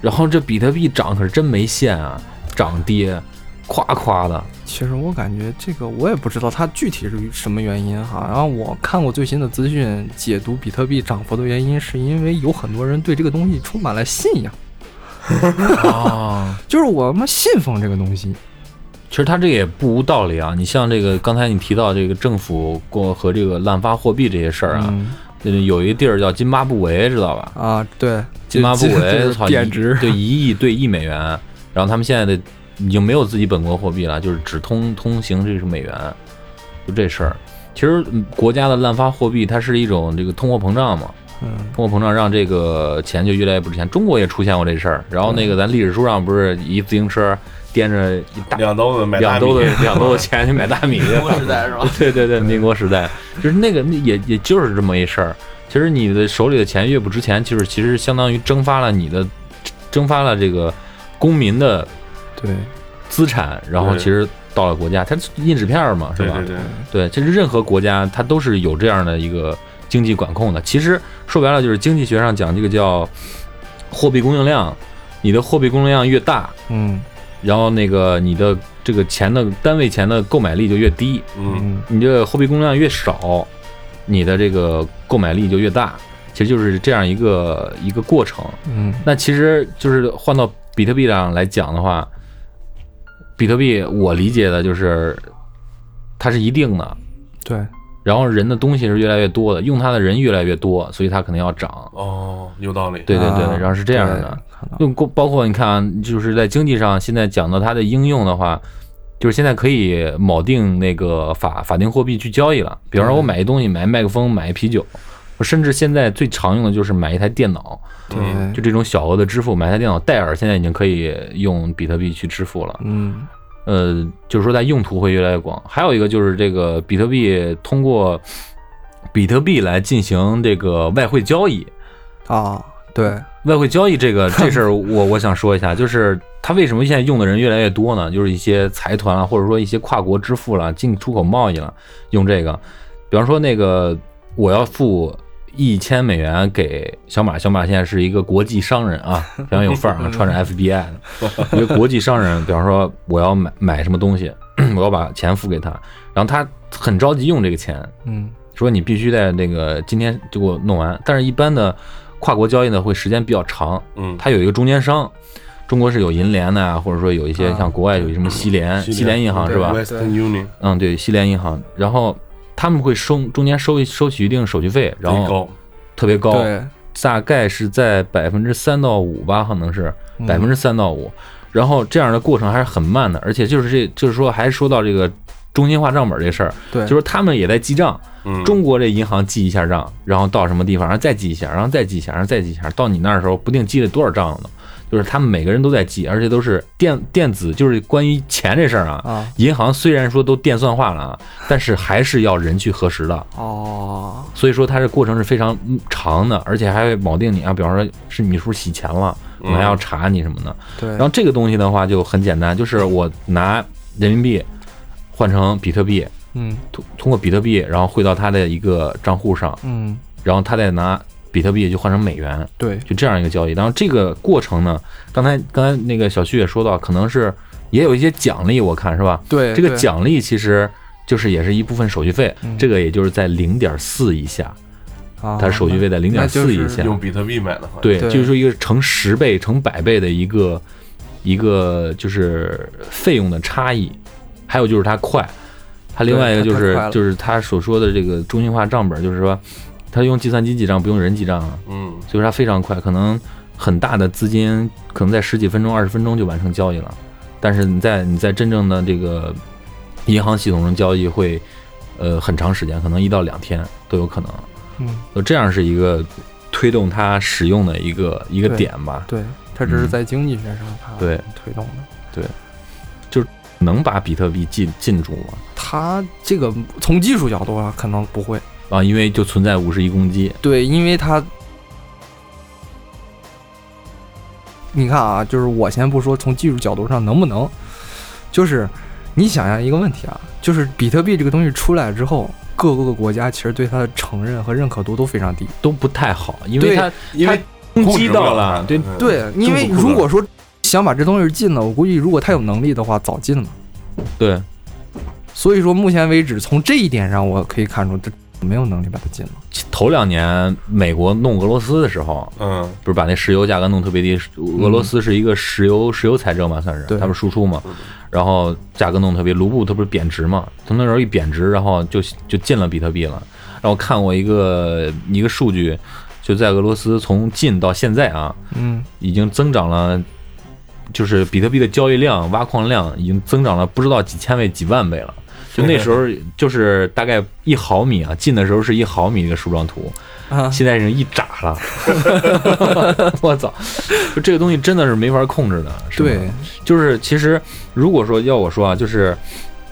Speaker 3: 然后这比特币涨可是真没线啊，涨跌夸夸的。
Speaker 4: 其实我感觉这个我也不知道它具体是什么原因哈。然后我看过最新的资讯，解读比特币涨幅的原因，是因为有很多人对这个东西充满了信仰，
Speaker 3: 啊，
Speaker 4: 就是我们信奉这个东西。
Speaker 3: <laughs> 其实它这也不无道理啊。你像这个刚才你提到这个政府过和这个滥发货币这些事儿啊，
Speaker 4: 嗯
Speaker 3: 就是有一个地儿叫津巴布韦，知道吧？
Speaker 4: 啊，对，
Speaker 3: 津巴布
Speaker 4: 这 <laughs> 这
Speaker 3: 韦
Speaker 4: 这
Speaker 3: 操
Speaker 4: 贬
Speaker 3: 一
Speaker 4: 值，
Speaker 3: 对一亿兑一美元，然后他们现在的已经没有自己本国货币了，就是只通通行这是美元，就这事儿。其实嗯国家的滥发货币，它是一种这个通货膨胀嘛，
Speaker 4: 嗯，
Speaker 3: 通货膨胀让这个钱就越来越不值钱。中国也出现过这事儿，然后
Speaker 4: 嗯
Speaker 3: 那个咱历史书上不是一自行车掂着一大
Speaker 2: 两兜子买大米
Speaker 3: 两兜子
Speaker 2: <laughs>
Speaker 3: 两兜子钱去买大米去了，
Speaker 4: 时代是吧？
Speaker 3: <laughs> 对对对，民国时代就是那个那也也就是这么一事儿。其实你的手里的钱越不值钱，就是其实相当于蒸发了你的，蒸发了这个公民的
Speaker 4: 对，
Speaker 3: 资产，然后
Speaker 2: 对
Speaker 3: 其实到了国家，它是印纸片儿嘛，是
Speaker 2: 对
Speaker 3: 吧？
Speaker 2: 对对，
Speaker 3: 对，其实任何国家它都是有这样的一个经济管控的。其实说白了，就是经济学上讲这个叫货币供应量，你的货币供应量越大，
Speaker 4: 嗯
Speaker 3: 然后那个你的这个钱的单位钱的购买力就越低，
Speaker 2: 嗯
Speaker 4: 嗯
Speaker 3: 你这个货币供应量越少，你的这个购买力就越大，其实就是这样一个一个过程。
Speaker 4: 嗯，
Speaker 3: 那其实就是换到比特币上来讲的话，比特币我理解的就是它是一定的，
Speaker 4: 对，
Speaker 3: 然后人的东西是越来越多的，用它的人越来越多，所以它可能要涨。
Speaker 2: 哦，有道理。
Speaker 3: 对对对，
Speaker 4: 啊
Speaker 3: 然后是这样的。
Speaker 4: 对看到
Speaker 3: 用过包括你看，啊，就是在经济上，现在讲到它的应用的话，就是现在可以锚定那个法法定货币去交易了。比方说，我买一东西，买一麦克风，买一啤酒，我甚至现在最常用的就是买一台电脑，
Speaker 2: 嗯
Speaker 3: 就这种小额的支付，买一台电脑，戴尔现在已经可以用比特币去支付了。
Speaker 4: 嗯
Speaker 3: 呃，就是说它用途会越来越广。还有一个就是这个比特币通过比特币来进行这个外汇交易，
Speaker 4: 啊，对，
Speaker 3: 外汇交易这个这事儿，我我想说一下，就是它为什么现在用的人越来越多呢？就是一些财团啊，或者说一些跨国支付啦、进出口贸易了，用这个。比方说那个，我要付一千美元给小马，小马现在是一个国际商人啊，非常有范儿啊，穿着 FBI 的，一个国际商人。比方说我要买买什么东西，我要把钱付给他，然后他很着急用这个钱，
Speaker 4: 嗯
Speaker 3: 说你必须在那个今天就给我弄完。但是，一般的跨国交易呢，会时间比较长，
Speaker 2: 嗯，
Speaker 3: 它有一个中间商。中国是有银联的呀、或者说有一些
Speaker 4: 啊
Speaker 3: 像国外有什么西联、西联银行是吧？
Speaker 2: ？Western Union
Speaker 3: 嗯，对，西联银行。然后他们会收中间收一收取一定手续费，然
Speaker 2: 贼
Speaker 3: 后
Speaker 2: 高，
Speaker 3: 特别高，
Speaker 4: 对，
Speaker 3: 大概是在百分之三到五吧，可能是
Speaker 4: 嗯
Speaker 3: 百分之三到五。然后这样的过程还是很慢的，而且就是这就是说，还说到这个中心化账本这事儿，
Speaker 4: 对，
Speaker 3: 就是他们也在记账。
Speaker 2: 嗯，
Speaker 3: 中国这银行记一下账，然后到什么地方，然后再记一下，然后再记一下，然后再记一下，到你那儿的时候不定记了多少账了呢。就是他们每个人都在记，而且都是电电子，就是关于钱这事儿啊。
Speaker 4: 啊，
Speaker 3: 银行虽然说都电算化了啊，但是还是要人去核实的，
Speaker 4: 哦，
Speaker 3: 所以说它这过程是非常嗯长的，而且还会铆定你啊，比方说是你是不是洗钱了，我还要查你什么的。
Speaker 4: 对，
Speaker 3: 然后这个东西的话就很简单，就是我拿人民币换成比特币，
Speaker 4: 嗯
Speaker 3: 通通过比特币，然后汇到他的一个账户上，
Speaker 4: 嗯，
Speaker 3: 然后他再拿比特币就换成美元，
Speaker 4: 对，
Speaker 3: 就这样一个交易。然后这个过程呢，刚才刚才那个小旭也说到，可能是也有一些奖励，我看是吧？
Speaker 4: 对，
Speaker 3: 这个
Speaker 4: 对，
Speaker 3: 奖励其实就是也是一部分手续费
Speaker 4: 嗯，
Speaker 3: 这个也就是在零点四以下，
Speaker 4: 啊
Speaker 3: 它手续费在零
Speaker 4: 那
Speaker 3: 点
Speaker 4: 就是
Speaker 3: 四以下，
Speaker 2: 用比特币买的话，
Speaker 3: 对，
Speaker 4: 对
Speaker 3: 就是说一个成十倍、成百倍的一个一个就是费用的差异，还有就是它快，它另外一个
Speaker 4: 对
Speaker 3: 就
Speaker 4: 它
Speaker 3: 是
Speaker 4: 太快了
Speaker 3: 就是他所说的这个中心化账本，就是说他用计算机记账，不用人记账啊，
Speaker 2: 嗯，
Speaker 3: 所以说它非常快，可能很大的资金可能在十几分钟、二十分钟就完成交易了，但是你在你在真正的这个银行系统中交易会呃很长时间，可能一到两天都有可能。
Speaker 4: 嗯，
Speaker 3: 就这样是一个推动它使用的一个一个点吧，
Speaker 4: 对，它只是
Speaker 3: 嗯
Speaker 4: 在经济学上它
Speaker 3: 对
Speaker 4: 推动的。
Speaker 3: 能把比特币禁禁住吗？
Speaker 4: 它这个从技术角度啊，可能不会。
Speaker 3: 啊，因为就存在五十一公积，
Speaker 4: 对，因为它，你看啊，就是我先不说从技术角度上能不能，就是你想象一个问题啊，就是比特币这个东西出来之后，各个国家其实对它的承认和认可度都非常低。
Speaker 3: 都不太好，因
Speaker 4: 对
Speaker 3: 为它
Speaker 2: 因为
Speaker 3: 攻击到
Speaker 2: 了，
Speaker 3: 对，
Speaker 2: 嗯，
Speaker 4: 对，因为
Speaker 2: 政府不管
Speaker 4: 如果说想把这东西禁了，我估计如果他有能力的话，早禁了。
Speaker 3: 对
Speaker 4: 所以说，目前为止，从这一点上我可以看出，这没有能力把它禁了。
Speaker 3: 头两年美国弄俄罗斯的时候，
Speaker 2: 嗯，
Speaker 3: 不是把那石油价格弄特别低，俄罗斯是一个石油石油财政嘛，算是
Speaker 4: 对
Speaker 3: 他们输出嘛，然后价格弄特别，卢布它不是贬值嘛，从那时候一贬值，然后就就进了比特币了。然后我看过一个一个数据，就在俄罗斯从进到现在啊，
Speaker 4: 嗯，
Speaker 3: 已经增长了，就是比特币的交易量、挖矿量已经增长了不知道几千倍、几万倍了。就那时候，就是大概一毫米啊，进的时候是一毫米那个树状图，
Speaker 4: 啊，
Speaker 3: 现在已经一拃了。 <laughs> 我操！就这个东西真的是没法控制的。是吧
Speaker 4: 对，
Speaker 3: 就是其实如果说要我说啊，就是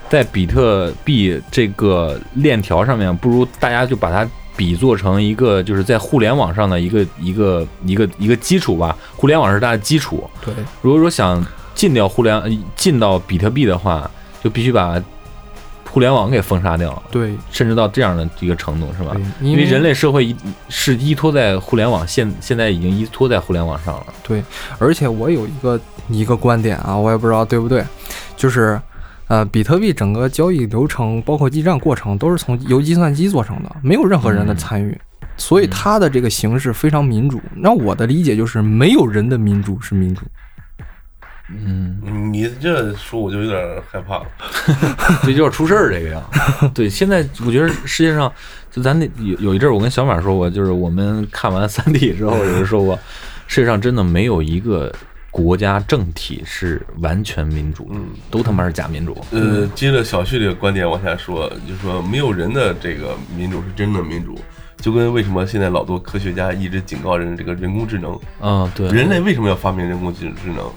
Speaker 3: 在比特币这个链条上面，不如大家就把它比作成一个就是在互联网上的一个一个一个一个基础吧。互联网是它的基础，
Speaker 4: 对，
Speaker 3: 如果说想进掉互联呃进到比特币的话，就必须把互联网给封杀掉，
Speaker 4: 对，
Speaker 3: 甚至到这样的一个程度，是吧
Speaker 4: 对？
Speaker 3: 因
Speaker 4: 因
Speaker 3: 为人类社会依是依托在互联网，现现在已经依托在互联网上了。
Speaker 4: 而且我有一个一个观点啊，我也不知道对不对，就是，呃，比特币整个交易流程，包括记账过程，都是从由计算机做成的，没有任何人的
Speaker 3: 嗯
Speaker 4: 参与，所以
Speaker 3: 嗯
Speaker 4: 它的这个形式非常民主。那我的理解就是，没有人的民主是民主。
Speaker 3: 嗯，
Speaker 2: 你这说我就有点害怕了。
Speaker 3: <laughs> 这就要出事儿这个呀。 <laughs> 对，现在我觉得世界上，就咱那有有一阵儿，我跟小马说过，就是我们看完《三体》之后，有人说过，世界上真的没有一个国家政体是完全民主的，
Speaker 2: 嗯
Speaker 3: 都他妈是假民主。
Speaker 2: 呃，接着小旭这个观点往下说，就说没有人的这个民主是真的民主，就跟为什么现在老多科学家一直警告人这个人工智能，
Speaker 3: 啊，对，
Speaker 2: 人类为什么要发明人工智能？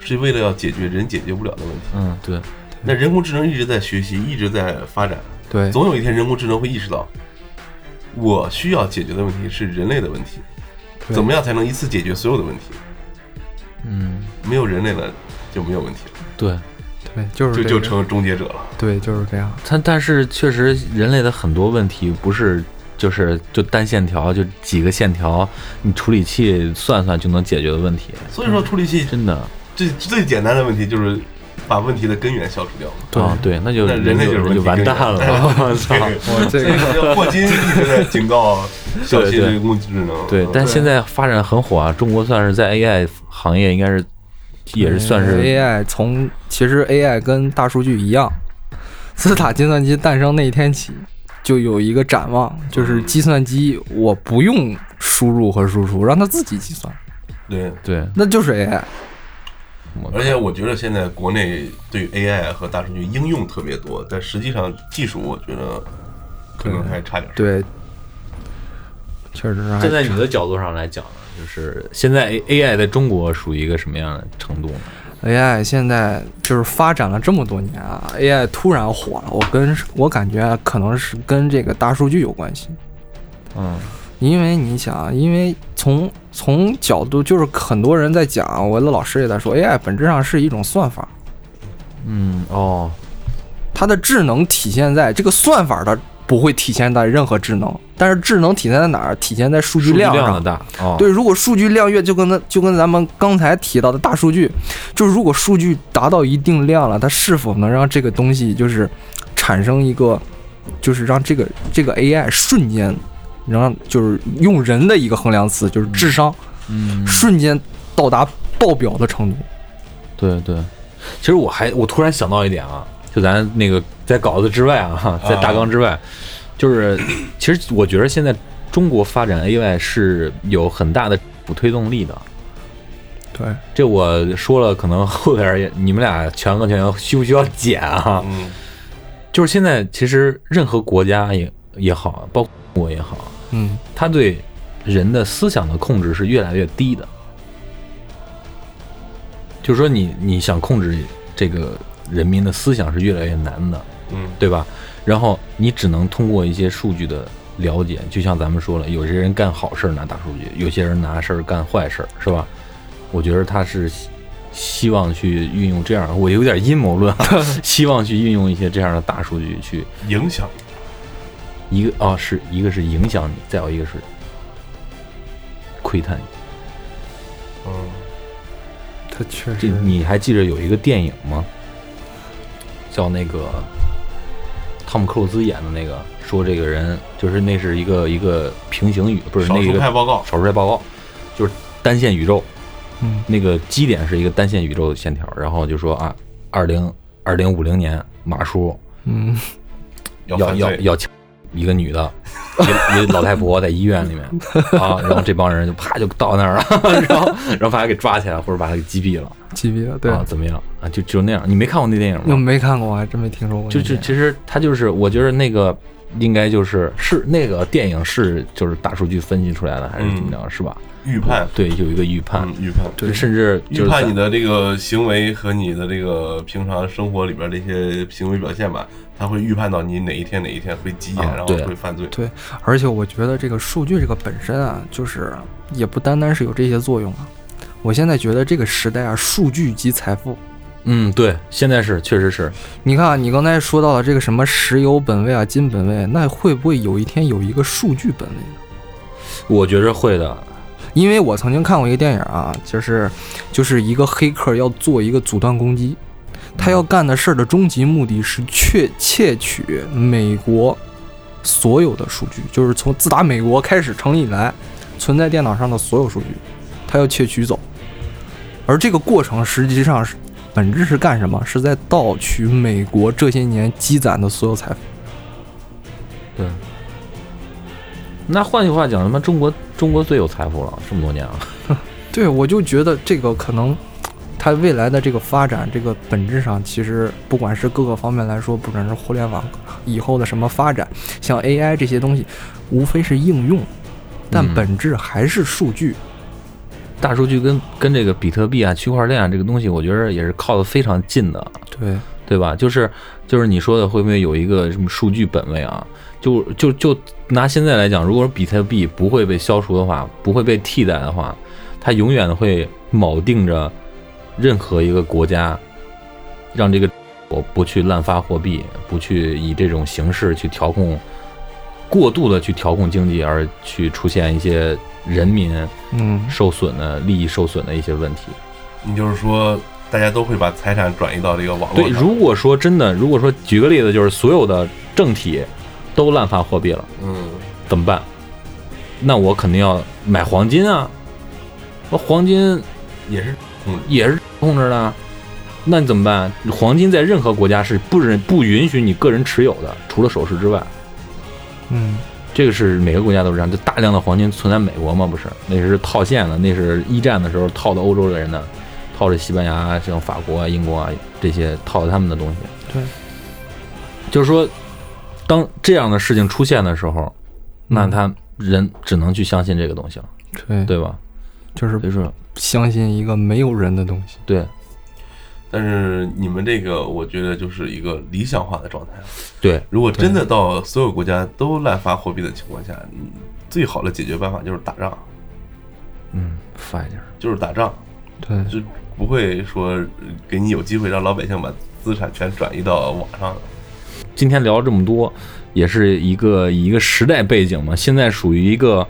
Speaker 2: 是为了要解决人解决不了的问题。
Speaker 3: 嗯，对，
Speaker 2: 那人工智能一直在学习，一直在发展，
Speaker 4: 对，
Speaker 2: 总有一天人工智能会意识到，我需要解决的问题是人类的问题，
Speaker 4: 对
Speaker 2: 怎么样才能一次解决所有的问题？
Speaker 3: 嗯，
Speaker 2: 没有人类了就没有问题了，
Speaker 3: 对。
Speaker 4: 对，就是
Speaker 2: 就
Speaker 4: 这
Speaker 2: 就
Speaker 4: 个
Speaker 2: 成终结者了。
Speaker 4: 对，就是这样。
Speaker 3: 但但是确实，人类的很多问题不是就是就单线条就几个线条，你处理器算算就能解决的问题，
Speaker 2: 所
Speaker 4: 嗯
Speaker 2: 以说，处理器
Speaker 3: 真的
Speaker 2: 最最简单的问题就是把问题的根源消除掉。
Speaker 4: 对
Speaker 3: 啊，对，那就
Speaker 2: 那人类就是
Speaker 3: 就
Speaker 2: 问题
Speaker 3: 就完蛋了， <laughs> 我
Speaker 2: <laughs>
Speaker 3: 操！
Speaker 4: 我这个
Speaker 2: 个霍金一直在警
Speaker 3: <laughs>
Speaker 2: 告小心人工智能。
Speaker 3: 对，但现在发展很火啊，中国算是在 AI 行业应该是也是算
Speaker 4: 嗯
Speaker 3: 是
Speaker 4: AI 从其实 AI 跟大数据一样，自打计算机诞生那一天起，就有一个展望，就是计算机我不用输入和输出，让它自己计算，
Speaker 2: 对，
Speaker 3: 对，
Speaker 4: 那就是 AI。
Speaker 3: 我
Speaker 2: 而且我觉得现在国内对 AI 和大数据应用特别多，但实际上技术我觉得可能还差点儿。
Speaker 4: 对，确实还
Speaker 3: 站在你的角度上来讲呢，就是现在 A AI 在中国属于一个什么样的程度呢？
Speaker 4: AI 现在就是发展了这么多年啊，AI 突然火了，我跟我感觉可能是跟这个大数据有关系，
Speaker 3: 嗯，
Speaker 4: 因为你想，因为从从角度就是很多人在讲，我的老师也在说，AI 本质上是一种算法，
Speaker 3: 嗯哦，
Speaker 4: 它的智能体现在这个算法的不会体现在任何智能，但是智能体现在哪儿？体现在数据
Speaker 3: 数据
Speaker 4: 量上。
Speaker 3: 量的大哦，
Speaker 4: 对，如果数据量越就跟那就跟咱们刚才提到的大数据，就是如果数据达到一定量了，它是否能让这个东西就是产生一个，就是让这个这个 AI 瞬间能让就是用人的一个衡量词，就是智商
Speaker 3: 嗯，
Speaker 4: 瞬间到达爆表的程度。
Speaker 3: 对对，其实我还我突然想到一点啊，就咱那个在稿子之外啊， <laughs> 在大纲之外，就是其实我觉得现在中国发展 AI 是有很大的不推动力的。
Speaker 4: 对，
Speaker 3: 这我说了，可能后边儿也你们俩全跟全员需不需要剪啊？
Speaker 2: 嗯，
Speaker 3: 就是现在，其实任何国家也也好，包括中国也好，
Speaker 4: 嗯，
Speaker 3: 它对人的思想的控制是越来越低的。就是说你，你想控制这个人民的思想是越来越难的，
Speaker 2: 嗯，
Speaker 3: 对吧？然后你只能通过一些数据的了解，就像咱们说了，有些人干好事儿拿大数据，有些人拿事儿干坏事儿，是吧？我觉得他是希希望去运用这样，我有点阴谋论、啊， <laughs> 希望去运用一些这样的大数据去
Speaker 2: 影响
Speaker 3: 一个啊、是一个是影响你，再有一个是窥探你。
Speaker 2: 嗯，
Speaker 4: 它确
Speaker 3: 这你还记着有一个电影吗？叫那个汤姆克鲁斯演的那个，说这个人就是那是一个一个平行宇，不是
Speaker 2: 少
Speaker 3: 那一
Speaker 2: 数
Speaker 3: 个
Speaker 2: 派报告，
Speaker 3: 少数派报告，就是单线宇宙，
Speaker 4: 嗯
Speaker 3: 那个基点是一个单线宇宙的线条，然后就说啊，二零二零五零年马叔
Speaker 4: 嗯，
Speaker 2: 要
Speaker 3: 要
Speaker 2: 犯
Speaker 3: 要
Speaker 2: 罪，
Speaker 3: 要抢一个女的，一一老太婆在医院
Speaker 2: <laughs>
Speaker 3: 里面啊，然后这帮人就啪就到那儿了， <laughs> 然后然后把她给抓起来或者把她给击毙了，
Speaker 4: 级别对，
Speaker 3: 啊，怎么样啊？就就那样，你没看过那电影
Speaker 4: 我
Speaker 3: 吗？
Speaker 4: 没看过，我还真没听说过那
Speaker 3: 就
Speaker 4: 电影。
Speaker 3: 就其实他就是，我觉得那个应该就是是那个电影是就是大数据分析出来的还是怎么着是吧？
Speaker 2: 预判，
Speaker 3: 对，有一个预判
Speaker 2: 嗯，，预判，
Speaker 3: 就甚至就
Speaker 2: 预
Speaker 3: 是在
Speaker 2: 判你的这个行为和你的这个平常生活里边的一些行为表现吧，他会预判到你哪一天哪一天会急眼，
Speaker 3: 啊
Speaker 2: 然后
Speaker 3: 对
Speaker 2: 会犯罪。
Speaker 4: 对，而且我觉得这个数据这个本身啊，就是也不单单是有这些作用啊。我现在觉得这个时代啊，数据即财富。
Speaker 3: 嗯，对，现在是确实是，
Speaker 4: 你看啊，你刚才说到了这个什么石油本位啊、金本位，那会不会有一天有一个数据本位呢？
Speaker 3: 我觉着会的，
Speaker 4: 因为我曾经看过一个电影啊，就是就是一个黑客要做一个阻断攻击，他要干的事儿的终极目的是窃窃取美国所有的数据，就是从自打美国开始成立以来，存在电脑上的所有数据，他要窃取走。而这个过程实际上是本质是干什么？是在盗取美国这些年积攒的所有财富。
Speaker 3: 对。那换句话讲，他妈中国中国最有财富了，这么多年啊，
Speaker 4: 对，我就觉得这个可能，它未来的这个发展，这个本质上其实不管是各个方面来说，不管是互联网以后的什么发展，像 AI 这些东西，无非是应用，但
Speaker 3: 嗯
Speaker 4: 本质还是数据。
Speaker 3: 大数据跟跟这个比特币啊、区块链啊这个东西，我觉得也是靠的非常近的。
Speaker 4: 对，
Speaker 3: 对吧？就是就是你说的会不会有一个什么数据本位啊？就就就拿现在来讲，如果比特币不会被消除的话，不会被替代的话，它永远会铆定着任何一个国家，让这个我不去滥发货币，不去以这种形式去调控，过度的去调控经济，而去出现一些人民
Speaker 4: 嗯，
Speaker 3: 受损的利益受损的一些问题。
Speaker 2: 你就是说，大家都会把财产转移到这个网
Speaker 3: 对，
Speaker 2: 络上。
Speaker 3: 如果说真的，如果说举个例子，就是所有的政体都滥发货币了，
Speaker 2: 嗯，
Speaker 3: 怎么办？那我肯定要买黄金啊，那黄金
Speaker 2: 也是
Speaker 3: 也是控制的啊，那你怎么办？黄金在任何国家是不允不允许你个人持有的，除了首饰之外，
Speaker 4: 嗯，
Speaker 3: 这个是每个国家都是这样，就大量的黄金存在美国嘛，不是？那是套现的，那是一战的时候套到欧洲人的，套着西班牙、像法国啊、英国啊这些套着他们的东西。
Speaker 4: 对，
Speaker 3: 就是说，当这样的事情出现的时候，那他人只能去相信这个东西了，
Speaker 4: 对，
Speaker 3: 对吧？
Speaker 4: 就是
Speaker 3: 所以说，
Speaker 4: 相信一个没有人的东西。
Speaker 3: 对
Speaker 2: 但是你们这个，我觉得就是一个理想化的状态。啊
Speaker 3: 对
Speaker 2: 如果真的到所有国家都滥发货币的情况下，嗯最好的解决办法就是打仗，
Speaker 3: 嗯，发一点儿。
Speaker 2: 就是打仗，
Speaker 4: 对，
Speaker 2: 就不会说呃给你有机会让老百姓把资产全转移到网上的。
Speaker 3: 今天聊了这么多，也是一个以一个时代背景嘛，现在属于一个，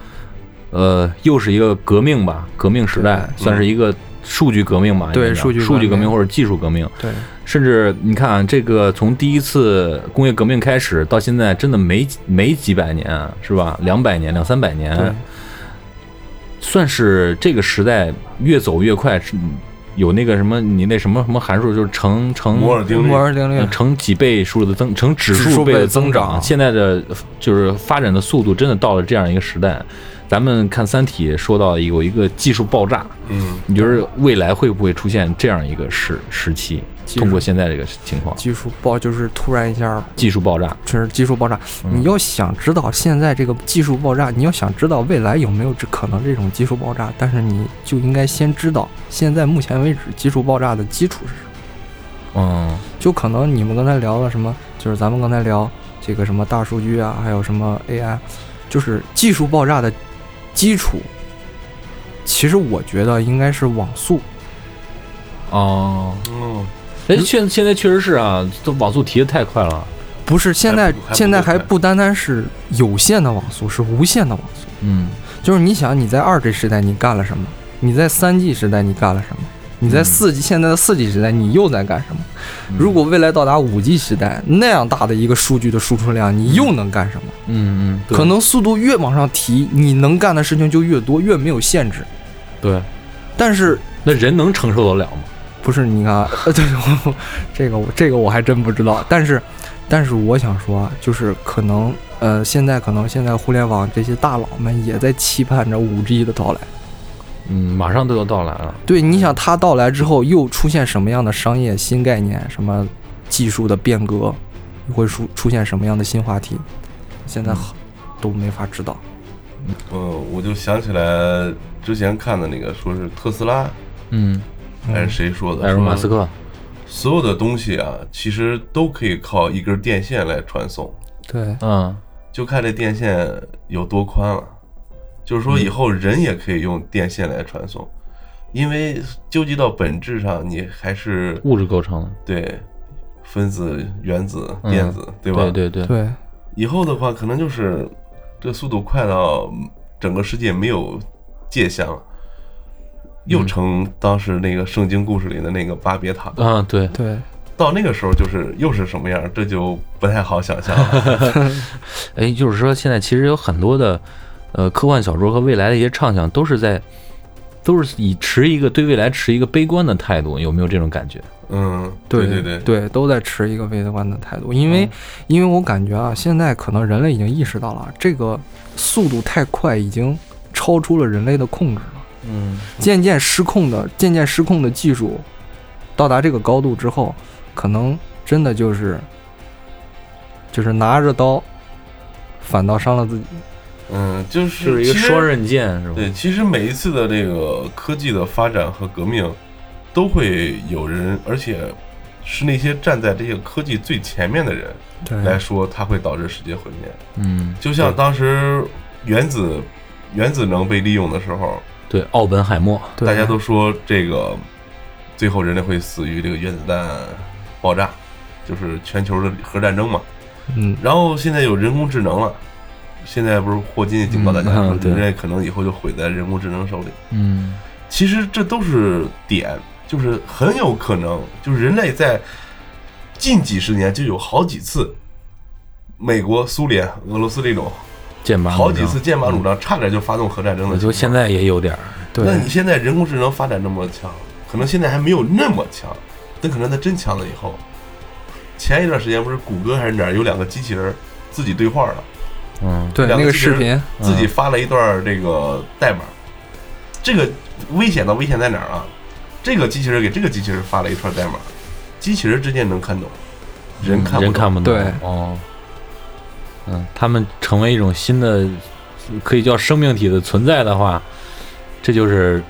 Speaker 3: 呃，又是一个革命吧，革命时代，
Speaker 2: 对
Speaker 3: 算是一个数据革命吧，
Speaker 4: 嗯对
Speaker 3: 应该
Speaker 4: 数据革命
Speaker 3: 数据革命或者技术革命，
Speaker 4: 对，
Speaker 3: 甚至你看啊，这个从第一次工业革命开始到现在，真的没没几百年啊，是吧？两百年、两三百
Speaker 4: 对
Speaker 3: 年，，算是这个时代越走越快，是有那个什么，你那什么什么函数，就是乘乘
Speaker 2: 摩尔定律
Speaker 4: 摩，尔定律
Speaker 3: 呃，成几倍数的增，成指
Speaker 4: 指数
Speaker 3: 数
Speaker 4: 倍
Speaker 3: 倍的
Speaker 4: 的增
Speaker 3: 增
Speaker 4: 长
Speaker 3: 长。现在的呃就是发展的速度真的到了这样一个时代。咱们看《三体》说到有一个技术爆炸，
Speaker 2: 嗯，
Speaker 3: 你觉得未来会不会出现这样一个时时期？
Speaker 4: 技术
Speaker 3: 通过现在这个情况，
Speaker 4: 技术爆就是突然一下，
Speaker 3: 技术爆炸，
Speaker 4: 就是技术爆炸。
Speaker 3: 嗯
Speaker 4: 你要想知道现在这个技术爆炸，你要想知道未来有没有这可能这种技术爆炸，但是你就应该先知道现在目前为止技术爆炸的基础是什么。
Speaker 3: 嗯，
Speaker 4: 就可能你们刚才聊了什么，就是咱们刚才聊这个什么大数据啊，还有什么 AI，就是技术爆炸的基础。其实我觉得应该是网速，
Speaker 3: 哦，
Speaker 2: 哦，
Speaker 3: 哎，现现在确实是啊，这网速提的太快了，
Speaker 4: 不是现在
Speaker 2: 还不还不
Speaker 4: 现在
Speaker 2: 够快
Speaker 4: 还不单单是有限的网速，是无限的网速。
Speaker 3: 嗯，
Speaker 4: 就是你想你在二 G 时代你干了什么？你在三 G 时代你干了什么？你在
Speaker 3: 嗯
Speaker 4: 四 G 现在的四 G 时代你又在干什么？如果未来到达五 G 时代那样大的一个数据的输出量，你又能干什么？
Speaker 3: 嗯嗯，对
Speaker 4: 可能速度越往上提，你能干的事情就越多，越没有限制。
Speaker 3: 对，
Speaker 4: 但是
Speaker 3: 那人能承受得了吗？
Speaker 4: 不是你看 <laughs> 啊，呃，对，我这个我这个我还真不知道。但是，但是我想说啊，就是可能呃，现在可能现在互联网这些大佬们也在期盼着五 G 的到来。
Speaker 3: 嗯，马上都要到来了，
Speaker 4: 对，你想它到来之后又出现什么样的商业新概念，什么技术的变革，会出出现什么样的新话题，现在好都没法知道。
Speaker 2: 嗯，我就想起来之前看的那个，说是特斯拉
Speaker 3: 嗯，
Speaker 2: 还哎是谁说的？
Speaker 3: 埃隆·马斯
Speaker 2: 说
Speaker 3: 克，
Speaker 2: 所有的东西啊，其实都可以靠一根电线来传送，
Speaker 4: 对，
Speaker 3: 嗯，
Speaker 2: 就看这电线有多宽了。就是
Speaker 3: 嗯
Speaker 2: 说，以后人也可以用电线来传送，因为究极到本质上，你还是
Speaker 3: 物质构成的，
Speaker 2: 对分子、原子、
Speaker 3: 嗯
Speaker 2: 电子，对吧？
Speaker 3: 对对对，
Speaker 4: 对，
Speaker 2: 以后的话，可能就是这速度快到整个世界没有界限了，又成当时那个圣经故事里的那个巴别塔。
Speaker 3: 啊对，
Speaker 4: 对，
Speaker 2: 到那个时候，就是又是什么样，这就不太好想象了。
Speaker 3: 哎，就是说现在其实有很多的，呃，科幻小说和未来的一些畅想，都是在，都是以持一个对未来持一个悲观的态度，有没有这种感觉？
Speaker 2: 嗯，对
Speaker 4: 对
Speaker 2: 对，嗯
Speaker 4: 对，都在持一个悲观的态度，因为、因为我感觉啊，现在可能人类已经意识到了这个速度太快，已经超出了人类的控制了。
Speaker 3: 嗯
Speaker 4: 渐渐失控的，渐渐失控的技术到达这个高度之后，可能真的就是就是拿着刀，反倒伤了自己。
Speaker 2: 嗯，就是
Speaker 3: 就是一个
Speaker 2: 其实
Speaker 3: 双刃剑，是吧？
Speaker 2: 对，其实每一次的这个科技的发展和革命，都会有人，而且是那些站在这些科技最前面的人来
Speaker 4: 对
Speaker 2: 说，它会导致世界毁灭。
Speaker 3: 嗯，
Speaker 2: 就像当时原子原子能被利用的时候，
Speaker 3: 对奥本海默，
Speaker 4: 对
Speaker 2: 大家都说这个最后人类会死于这个原子弹爆炸，就是全球的核战争嘛。
Speaker 4: 嗯，
Speaker 2: 然后现在有人工智能了，现在不是霍金警告大家
Speaker 3: 嗯
Speaker 2: 说，
Speaker 3: 对
Speaker 2: 人类可能以后就毁在人工智能手里。
Speaker 3: 嗯
Speaker 2: 其实这都是点，就是很有可能，就是人类在近几十年就有好几次，美国、苏联、俄罗斯这种
Speaker 3: 剑拔弩张
Speaker 2: 好几次剑拔弩张，差点就发动核战争
Speaker 3: 嗯我
Speaker 2: 的情
Speaker 3: 就
Speaker 2: 况。
Speaker 3: 现在也有点儿，
Speaker 4: 对
Speaker 2: 那你现在人工智能发展那么强，可能现在还没有那么强，等可能它真强了以后，前一段时间不是谷歌还是哪儿有两个机器人儿自己对话了，
Speaker 3: 嗯，
Speaker 4: 对
Speaker 2: 两
Speaker 4: 那
Speaker 2: 个
Speaker 4: 个
Speaker 2: 机器
Speaker 4: 视
Speaker 2: 人
Speaker 4: 频，
Speaker 2: 自己发了一段这个代码，这个危险的危险在哪儿啊？这个机器人给这个机器人发了一串代码，机器人之间能看懂，人看不懂
Speaker 3: 嗯人看不懂，
Speaker 4: 对
Speaker 3: 哦，嗯，他们成为一种新的，可以叫生命体的存在的话，这就是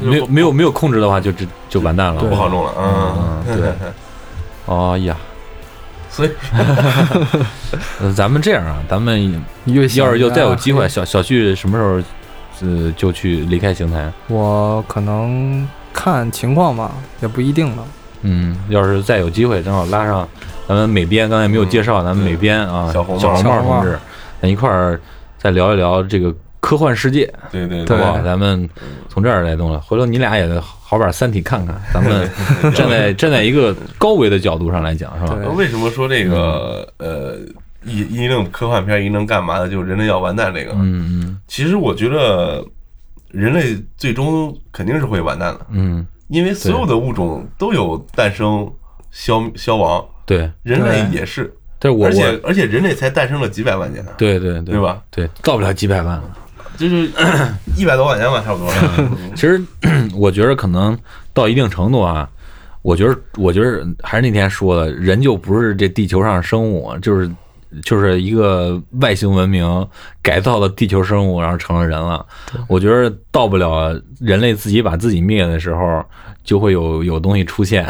Speaker 2: 就
Speaker 3: 没有
Speaker 2: 不
Speaker 3: 没有没有控制的话，就就就完蛋了。哦
Speaker 2: 不好弄了啊。
Speaker 3: 嗯，对， <laughs> 哦呀，
Speaker 2: 所以
Speaker 3: 呃 <laughs> 咱们这样啊，咱们
Speaker 4: 越想
Speaker 3: 要是
Speaker 4: 越
Speaker 3: 又再有机
Speaker 4: 爱
Speaker 3: 会，，小小旭什么时候呃就去离开邢台？
Speaker 4: 我可能看情况吧，也不一定吧。
Speaker 3: 嗯，要是再有机会，正好拉上咱们美编，刚才没有介绍，咱们美编啊，
Speaker 2: 小红帽
Speaker 3: 小红帽
Speaker 4: 小红帽
Speaker 3: 同志，咱一块儿再聊一聊这个科幻世界，
Speaker 2: 对对
Speaker 3: 好
Speaker 4: 对
Speaker 3: 不好？咱们从这儿来弄了，回头你俩也好把《三体》看看，咱们站在站在一个高维的角度上来讲，是吧？
Speaker 4: 对
Speaker 2: 呃为什么说这个呃一一弄科幻片一弄干嘛的，就是人类要完蛋这个？
Speaker 3: 嗯
Speaker 2: 其实我觉得人类最终肯定是会完蛋的，
Speaker 3: 嗯嗯，
Speaker 2: 因为所有的物种都有诞生、消消亡，
Speaker 3: 对。
Speaker 2: 人类
Speaker 4: 对
Speaker 2: 也是，
Speaker 3: 但是我
Speaker 2: 而且
Speaker 3: 我
Speaker 2: 而且人类才诞生了几百万年呢，啊
Speaker 3: 对对对
Speaker 2: 对？吧？
Speaker 3: 对，到不了几百万了。
Speaker 2: 就是一百多万年吧，差不多。
Speaker 3: <laughs> 其实 <clears throat> 我觉得可能到一定程度啊，我觉得我觉得还是那天说的，人就不是这地球上生物，就是就是一个外星文明改造了地球生物，然后成了人了。我觉得到不了人类自己把自己灭的时候，就会有有东西出现，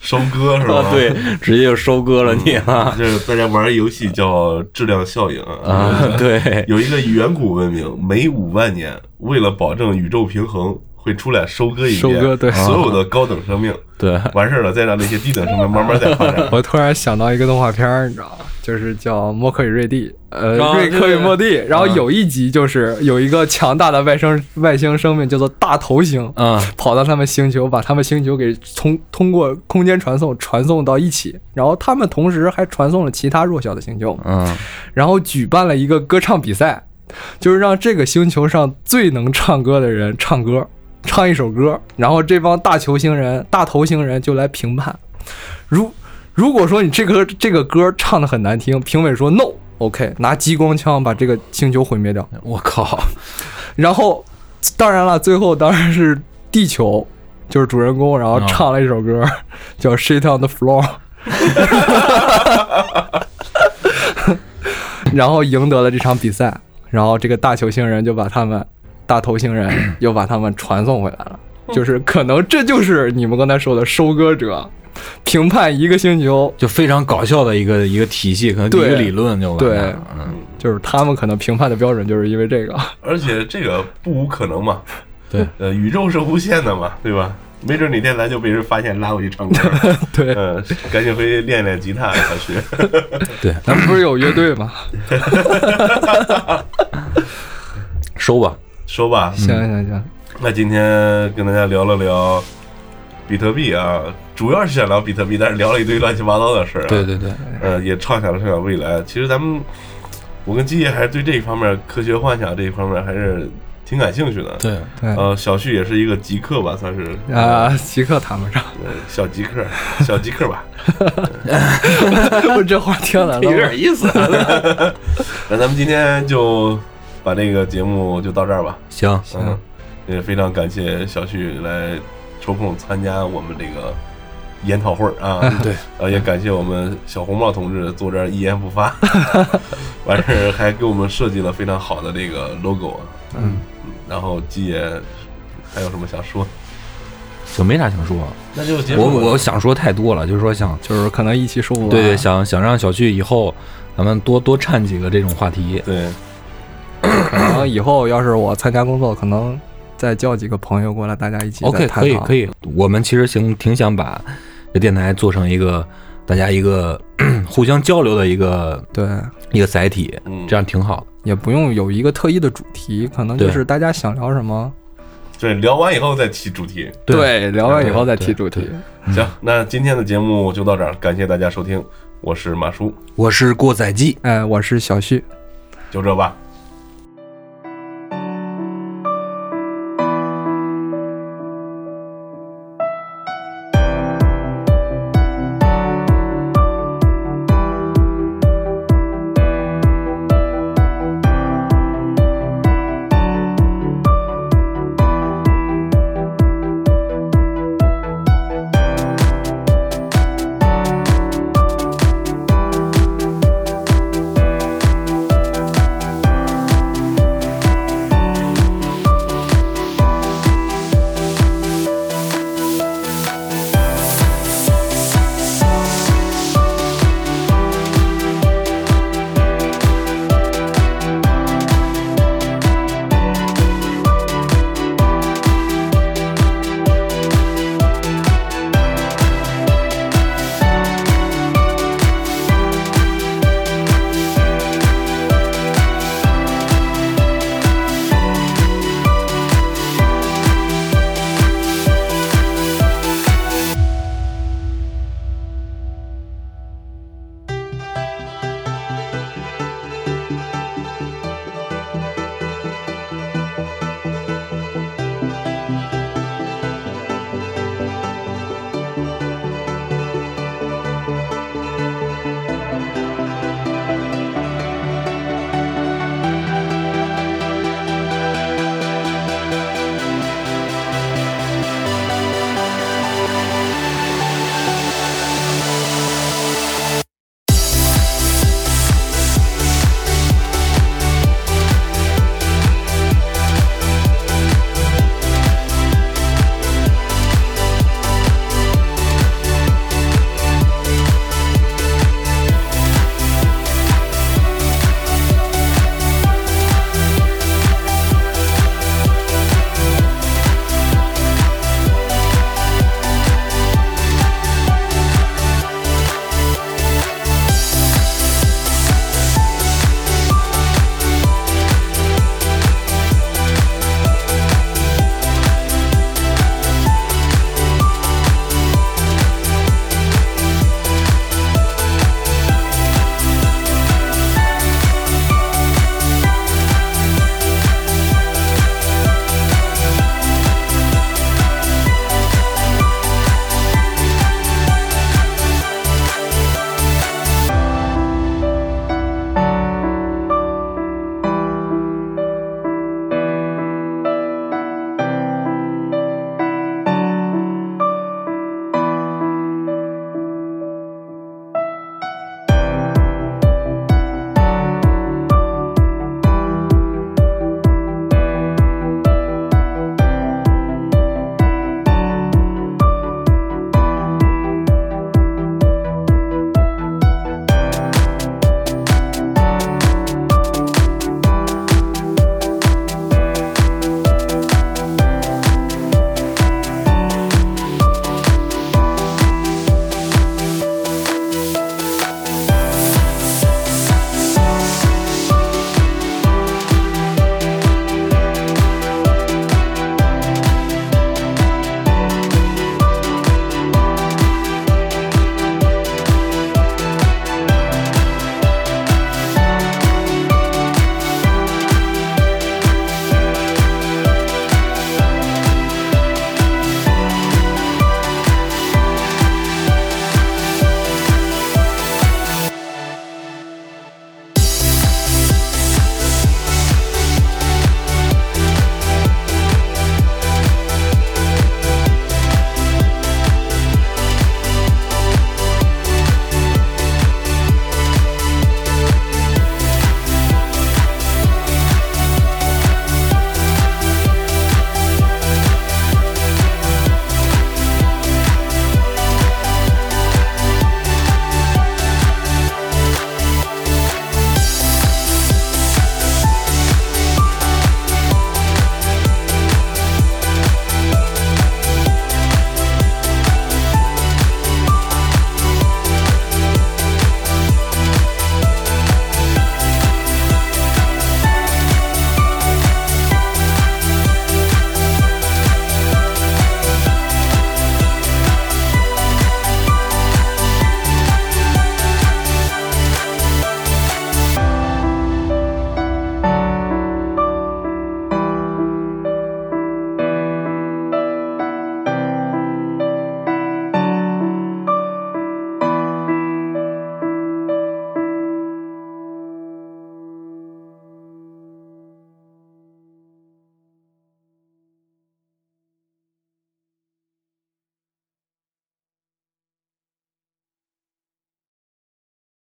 Speaker 2: 收割是吧？，
Speaker 3: 啊对， <laughs> 直接就收割了你了
Speaker 2: <laughs> 就是大家玩一游戏叫质量效应啊。
Speaker 3: <laughs> 啊！对，
Speaker 2: <laughs> 有一个远古文明，每五万年，为了保证宇宙平衡，会出来收割一遍
Speaker 4: 收割对
Speaker 2: 所有的高等生命，
Speaker 3: 对，
Speaker 2: 完事儿了再让那些低等生命慢慢再发展。
Speaker 4: 我突然想到一个动画片儿，你知道吗？就是叫《默克与瑞蒂》，呃，
Speaker 3: 啊
Speaker 4: 瑞克与莫蒂。然后
Speaker 3: 嗯
Speaker 4: 有一集就是有一个强大的外生外星生命叫做大头星，
Speaker 3: 嗯，
Speaker 4: <laughs> 跑到他们星球，把他们星球给从通过空间传送传送到一起，然后他们同时还传送了其他弱小的星球，
Speaker 3: 嗯，
Speaker 4: 然后举办了一个歌唱比赛，就是让这个星球上最能唱歌的人唱歌，唱一首歌，然后这帮大球星人、大头星人就来评判。如如果说你这个这个歌唱的很难听，评委说 no。OK，拿激光枪把这个星球毁灭掉。
Speaker 3: 我靠，
Speaker 4: 然后，当然了，最后当然是地球，就是主人公，然后
Speaker 3: 嗯
Speaker 4: 唱了一首歌，叫《Shit on the Floor》，然后赢得了这场比赛。然后这个大球星人就把他们大头星人
Speaker 3: <clears throat>
Speaker 4: 又把他们传送回来了，就是可能这就是你们刚才说的收割者，评判一个星球，
Speaker 3: 就非常搞笑的一个一个体系，可能一
Speaker 4: 对
Speaker 3: 个理论就完
Speaker 4: 对
Speaker 3: 蛋了，嗯，
Speaker 4: 就是他们可能评判的标准就是因为这个。 <laughs>
Speaker 2: 而且这个不无可能嘛，
Speaker 3: 对，
Speaker 2: 呃，宇宙是无限的嘛，对吧？没准哪天咱就被人发现拉回去唱歌了，
Speaker 4: 对
Speaker 2: 嗯，赶紧回去练练吉他，小徐。
Speaker 3: 对，
Speaker 4: 咱们不是有乐队吗？
Speaker 3: 收吧，
Speaker 2: 说吧，
Speaker 3: 嗯
Speaker 4: 行行行，
Speaker 2: 那今天跟大家聊了聊比特币啊，主要是想聊比特币，但是聊了一堆乱七八糟的事儿、啊。
Speaker 3: 对对对，
Speaker 2: 呃，也畅想了畅想未来。其实咱们，我跟基业还是对这一方面科学幻想这一方面还是挺感兴趣的。
Speaker 3: 对，
Speaker 4: 对
Speaker 2: 呃，小旭也是一个极客吧，算是
Speaker 4: 啊，极客谈不上。 <laughs>
Speaker 2: 呃小极客， <laughs> 小极客吧，
Speaker 4: 我这话听来
Speaker 2: 有
Speaker 4: 了
Speaker 2: 点，意思、那咱们今天就把这个节目就到这儿吧。
Speaker 3: 行，
Speaker 2: 嗯，也非常感谢小旭来抽空参加我们这个研讨会儿啊。
Speaker 3: 嗯对，
Speaker 2: <laughs> 呃，也感谢我们小红帽同志坐这儿一言不
Speaker 3: <laughs>
Speaker 2: 发，完事儿还给我们设计了非常好的这个 logo 啊。
Speaker 4: 嗯，
Speaker 2: 然后季爷还有什么想说？
Speaker 3: 就没啥想说的。
Speaker 2: 那就结束
Speaker 3: 我
Speaker 2: 了
Speaker 3: 我想说太多了，就是说想，
Speaker 4: 就是可能一期说不完。
Speaker 3: 对对，想想让小旭以后咱们多多掺几个这种话题。
Speaker 2: 对
Speaker 4: 可能以后要是我参加工作，可能再叫几个朋友过来，大家一起
Speaker 3: OK，
Speaker 4: 再探
Speaker 3: 可以
Speaker 4: 讨
Speaker 3: 可以，我们其实行挺想把这电台做成一个大家一个 <clears throat> 互相交流的一个
Speaker 4: 对，
Speaker 3: 一个载体
Speaker 2: 嗯，
Speaker 3: 这样挺好的。
Speaker 4: 也不用有一个特意的主题，可能就
Speaker 3: 对
Speaker 4: 是大家想聊什么，
Speaker 2: 对，聊完以后再起主题。
Speaker 3: 对
Speaker 4: 聊完以后再
Speaker 3: 对
Speaker 4: 提主题
Speaker 3: 对。
Speaker 2: 行，那今天的节目就到这儿，感谢大家收听，我是马叔，
Speaker 3: 我是过载记，
Speaker 4: 哎，我是小旭，
Speaker 2: 就这吧，